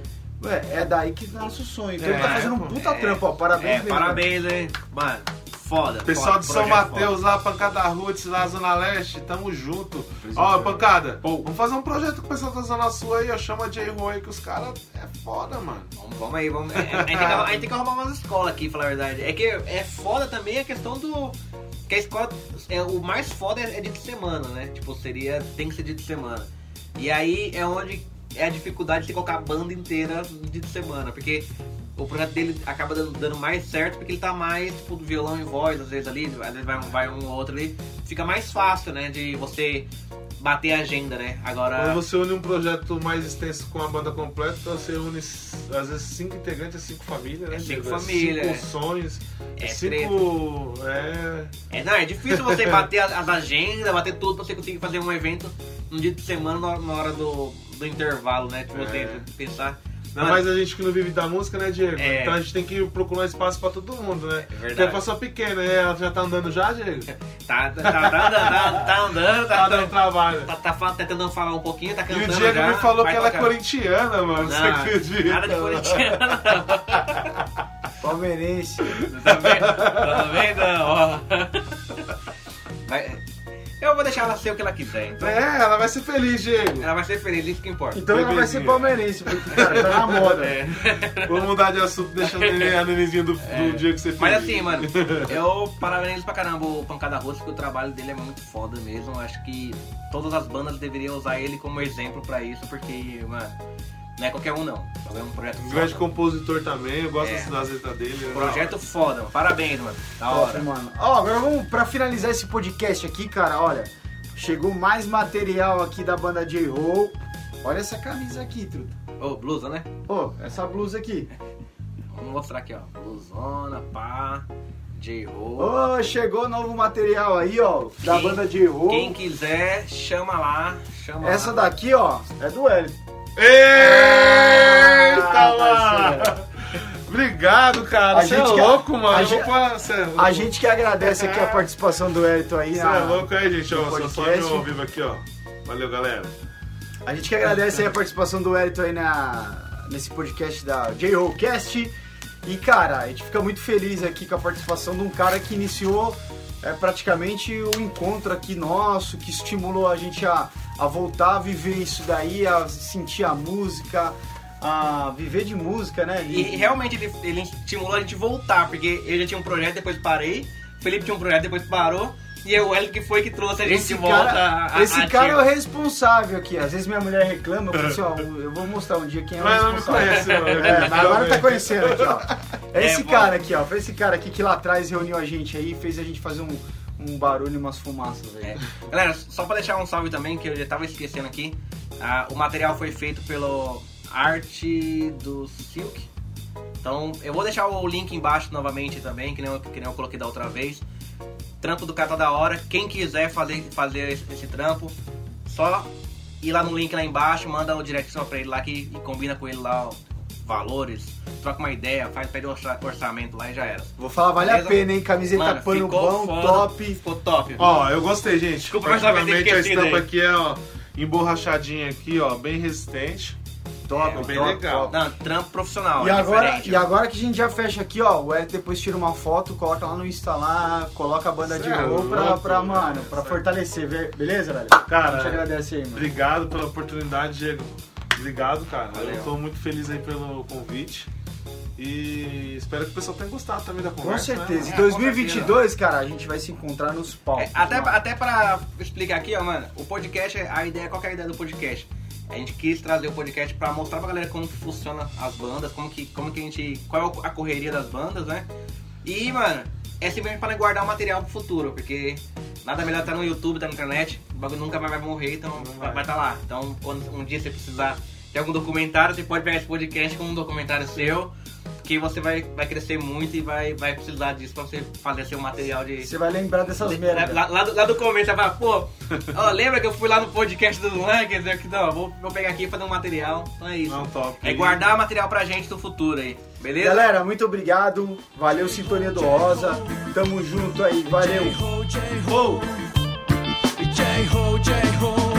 Speaker 1: Ué, é daí que nasce o sonho. Então ele tá
Speaker 3: É,
Speaker 1: fazendo um
Speaker 3: pô.
Speaker 1: puta
Speaker 2: É.
Speaker 1: trampo, ó. Parabéns,
Speaker 2: É,
Speaker 1: mesmo,
Speaker 2: parabéns, hein? Mano, foda.
Speaker 3: Pessoal
Speaker 2: foda,
Speaker 3: de São
Speaker 1: é
Speaker 2: projeto
Speaker 3: Mateus lá, Pancada Roots, lá Zona Leste, tamo junto. Ó,
Speaker 1: é.
Speaker 3: Pancada, vamos fazer um projeto com o pessoal da Zona Sul aí, ó, chama J. Roy que os caras é foda, mano.
Speaker 2: Vamos, vamos aí, vamos. é, é, A gente, tem que, arrumar- a gente tem que arrumar umas escolas aqui, falar a verdade. É que é foda também a questão do. Que a escola. É, o mais foda é, é dia de semana, né? Tipo, seria. Tem que ser dia de semana. E aí é onde é a dificuldade de você colocar a banda inteira no dia de semana. Porque o projeto dele acaba dando, dando mais certo porque ele tá mais, tipo, do violão e voz, às vezes ali, às vezes vai, um- vai um ou outro ali. Fica mais fácil, né? De você bater a agenda, né?
Speaker 3: Quando
Speaker 2: Agora.
Speaker 3: você une um projeto mais extenso com a banda completa, você une às vezes cinco integrantes, cinco famílias, né?
Speaker 2: É cinco
Speaker 3: Diego?
Speaker 2: famílias,
Speaker 3: Cinco
Speaker 2: é.
Speaker 3: sonhos,
Speaker 2: É
Speaker 3: cinco. É.
Speaker 2: É, não, é difícil
Speaker 3: (laughs)
Speaker 2: você bater as, as agendas, bater tudo pra você conseguir fazer um evento num dia de semana na, na hora do, do intervalo, né? Tipo, você
Speaker 3: É.
Speaker 2: pensar.
Speaker 3: Ainda mais a gente que não vive da música, né, Diego?
Speaker 2: É.
Speaker 3: Então a gente tem que procurar espaço pra todo mundo, né?
Speaker 2: É
Speaker 3: Porque a
Speaker 2: verdade.
Speaker 3: pessoa pequena, né? Ela já tá andando já,
Speaker 2: (laughs)
Speaker 3: Diego?
Speaker 2: Tá, tá, tá, tá andando, tá, tá andando,
Speaker 3: Tá
Speaker 2: tá, tá,
Speaker 3: dando trabalho.
Speaker 2: tá, tá fa- tentando falar um pouquinho, tá
Speaker 3: E o
Speaker 2: cantando.
Speaker 3: Diego
Speaker 2: já,
Speaker 3: me falou
Speaker 2: vai
Speaker 3: que ela é
Speaker 2: tocar.
Speaker 3: corintiana, mano. Você acredita?
Speaker 2: Não, nada de corintiana. (laughs)
Speaker 3: (laughs)
Speaker 1: Palmeirense.
Speaker 2: Tá vendo? Tá vendo? Ó. Vai- Eu vou deixar ela ser o que ela quiser, então.
Speaker 3: É, ela vai ser
Speaker 2: (laughs)
Speaker 3: feliz, Diego.
Speaker 2: Ela vai ser feliz, isso que importa. É.
Speaker 1: Então ele vai ser
Speaker 3: Bebezinho.
Speaker 1: palmeirense, porque, cara, tá na
Speaker 3: Então,
Speaker 1: moda.
Speaker 3: Vamos mudar de assunto, deixa a neném- a nenenzinha do, do Diego ser feliz.
Speaker 2: Mas
Speaker 1: (laughs)
Speaker 2: assim, mano, eu parabenizo pra caramba o Pancada Rosso, porque o trabalho dele é muito foda mesmo. Acho que todas as bandas deveriam usar ele como exemplo pra isso, porque, mano, não é qualquer um não. É um projeto
Speaker 3: Um grande
Speaker 2: foda.
Speaker 3: compositor também, eu gosto
Speaker 2: É.
Speaker 3: de das letras dele. né?
Speaker 2: Projeto foda, mano. parabéns, mano. Da
Speaker 1: Top,
Speaker 2: hora.
Speaker 1: mano. Ó, agora vamos pra finalizar esse podcast aqui, cara. Olha, chegou mais material aqui da banda J-Roll. Olha essa camisa aqui, truta.
Speaker 2: Ô, blusa, né?
Speaker 1: Ô, essa blusa aqui.
Speaker 2: Vamos mostrar aqui, ó. Blusona, pá,
Speaker 1: Ô,
Speaker 2: J-Roll.
Speaker 1: chegou novo material aí, ó, da
Speaker 2: Quem-
Speaker 1: banda J-Roll.
Speaker 2: Quem quiser, chama lá, chama
Speaker 1: Essa
Speaker 2: lá.
Speaker 1: daqui, ó, é do Hélio.
Speaker 3: Eita,
Speaker 1: Ah,
Speaker 3: mano! Obrigado, cara.
Speaker 1: A
Speaker 3: Você é
Speaker 1: gente que-
Speaker 3: louco, mano.
Speaker 1: a
Speaker 3: Eu vou
Speaker 1: gente-
Speaker 3: pra- Você é louco.
Speaker 1: A gente que agradece aqui a participação do Hélio aí.
Speaker 3: Você
Speaker 1: na-
Speaker 3: é louco aí, gente. Ó,
Speaker 1: no
Speaker 3: só só
Speaker 1: podcast.
Speaker 3: meu ao vivo aqui, ó. Valeu, galera.
Speaker 1: A gente que agradece aí a participação do Hélito aí na, nesse podcast da J-Rollcast. E, cara, a gente fica muito feliz aqui com a participação de um cara que iniciou é, praticamente o encontro aqui nosso, que estimulou a gente a, a voltar a viver isso daí, a sentir a música, a viver de música, né?
Speaker 2: E realmente ele, ele estimulou a gente voltar, porque eu já tinha um projeto, depois parei, Felipe tinha um projeto, depois parou, e é o Hélio que foi que trouxe a gente
Speaker 1: Esse
Speaker 2: de volta.
Speaker 1: cara,
Speaker 2: a- a-
Speaker 1: esse
Speaker 2: ativa.
Speaker 1: cara é o responsável aqui. Às vezes minha mulher reclama, eu falo assim, ó, eu vou mostrar um dia quem é o
Speaker 3: É. Mas ela não né? me
Speaker 1: responsável.
Speaker 3: conhece, mano.
Speaker 1: É, mas agora tá conhecendo aqui,
Speaker 2: (laughs)
Speaker 1: ó. É esse
Speaker 2: É, bom.
Speaker 1: cara aqui, ó. Foi esse cara aqui que lá atrás reuniu a gente aí, fez a gente fazer um, um barulho e umas fumaças aí.
Speaker 2: É. Galera, só pra deixar um salve também, que eu já tava esquecendo aqui, ah, o material foi feito pelo arte do Silk. Então, eu vou deixar o link embaixo novamente também, que nem eu, que nem eu coloquei da outra vez. Trampo do Cata da Hora. Quem quiser fazer, fazer esse, esse trampo, só ir lá no link lá embaixo, manda o direcção pra ele lá que, e combina com ele lá ó, valores, troca uma ideia, faz, pede um orça- orçamento lá e já era.
Speaker 1: Vou falar, vale
Speaker 2: Beleza?
Speaker 1: a pena, hein? Camiseta
Speaker 2: Mano,
Speaker 1: pano
Speaker 2: ficou
Speaker 1: bom,
Speaker 2: foda,
Speaker 1: top.
Speaker 2: Ficou top.
Speaker 3: Ó, eu gostei, gente.
Speaker 2: Desculpa, mas ela vai ter
Speaker 3: Particularmente a
Speaker 2: esquecido
Speaker 3: estampa
Speaker 2: aí.
Speaker 3: aqui é, ó, emborrachadinha aqui, ó, bem resistente.
Speaker 1: Top,
Speaker 3: É, bem
Speaker 1: top,
Speaker 3: legal.
Speaker 1: top.
Speaker 2: Não, trampo profissional.
Speaker 1: E
Speaker 2: é
Speaker 1: agora,
Speaker 2: diferente.
Speaker 1: e agora que a gente já fecha aqui, ó, o Eric depois tira uma foto, coloca lá no Insta lá, coloca a banda
Speaker 3: Cê
Speaker 1: de
Speaker 3: é
Speaker 1: novo pra,
Speaker 3: louco,
Speaker 1: pra,
Speaker 3: velho.
Speaker 1: mano, pra
Speaker 3: Cê- é
Speaker 1: fortalecer, ve- beleza, velho? a gente
Speaker 3: Cara,
Speaker 1: agradece aí, mano.
Speaker 3: obrigado pela oportunidade, Diego. Obrigado, cara.
Speaker 2: Valeu.
Speaker 3: Eu tô muito feliz aí pelo convite. E espero que o pessoal tenha gostado também da
Speaker 1: Com
Speaker 3: conversa. né?
Speaker 1: certeza. Em
Speaker 2: É, com
Speaker 1: 2022, cara, a gente vai se encontrar nos
Speaker 2: É,
Speaker 1: palcos.
Speaker 2: até,
Speaker 1: mano.
Speaker 2: até pra explicar aqui, ó, mano, o podcast, é- a ideia, qual que é a ideia do podcast? A gente quis trazer o podcast pra mostrar pra galera como que funciona as bandas, como que, como que a gente. qual é a correria das bandas, né? E, mano, é simplesmente pra guardar o material pro futuro, porque nada melhor tá no YouTube, tá na internet, o bagulho nunca mais vai morrer, então
Speaker 3: Não
Speaker 2: vai
Speaker 3: vai.
Speaker 2: estar tá lá. Então, quando um dia você precisar de algum documentário, você pode pegar esse podcast como um documentário seu, que você vai, vai crescer muito e vai, vai precisar disso pra você fazer seu material de.
Speaker 1: Você vai lembrar dessas
Speaker 2: Lá,
Speaker 1: merdas.
Speaker 2: lá- lá do, lá do começo, ela fala, pô, ó, lembra que eu fui lá no podcast do Luan? Quer dizer, que não, vou, vou pegar aqui e fazer um material. Então é isso.
Speaker 3: Não, top.
Speaker 2: é guardar material pra gente do futuro aí, beleza?
Speaker 1: Galera, muito obrigado. Valeu, Sintonia do Rosa. Tamo junto aí, valeu.
Speaker 4: J-Ho, J-Ho, J-Ho, J-Ho.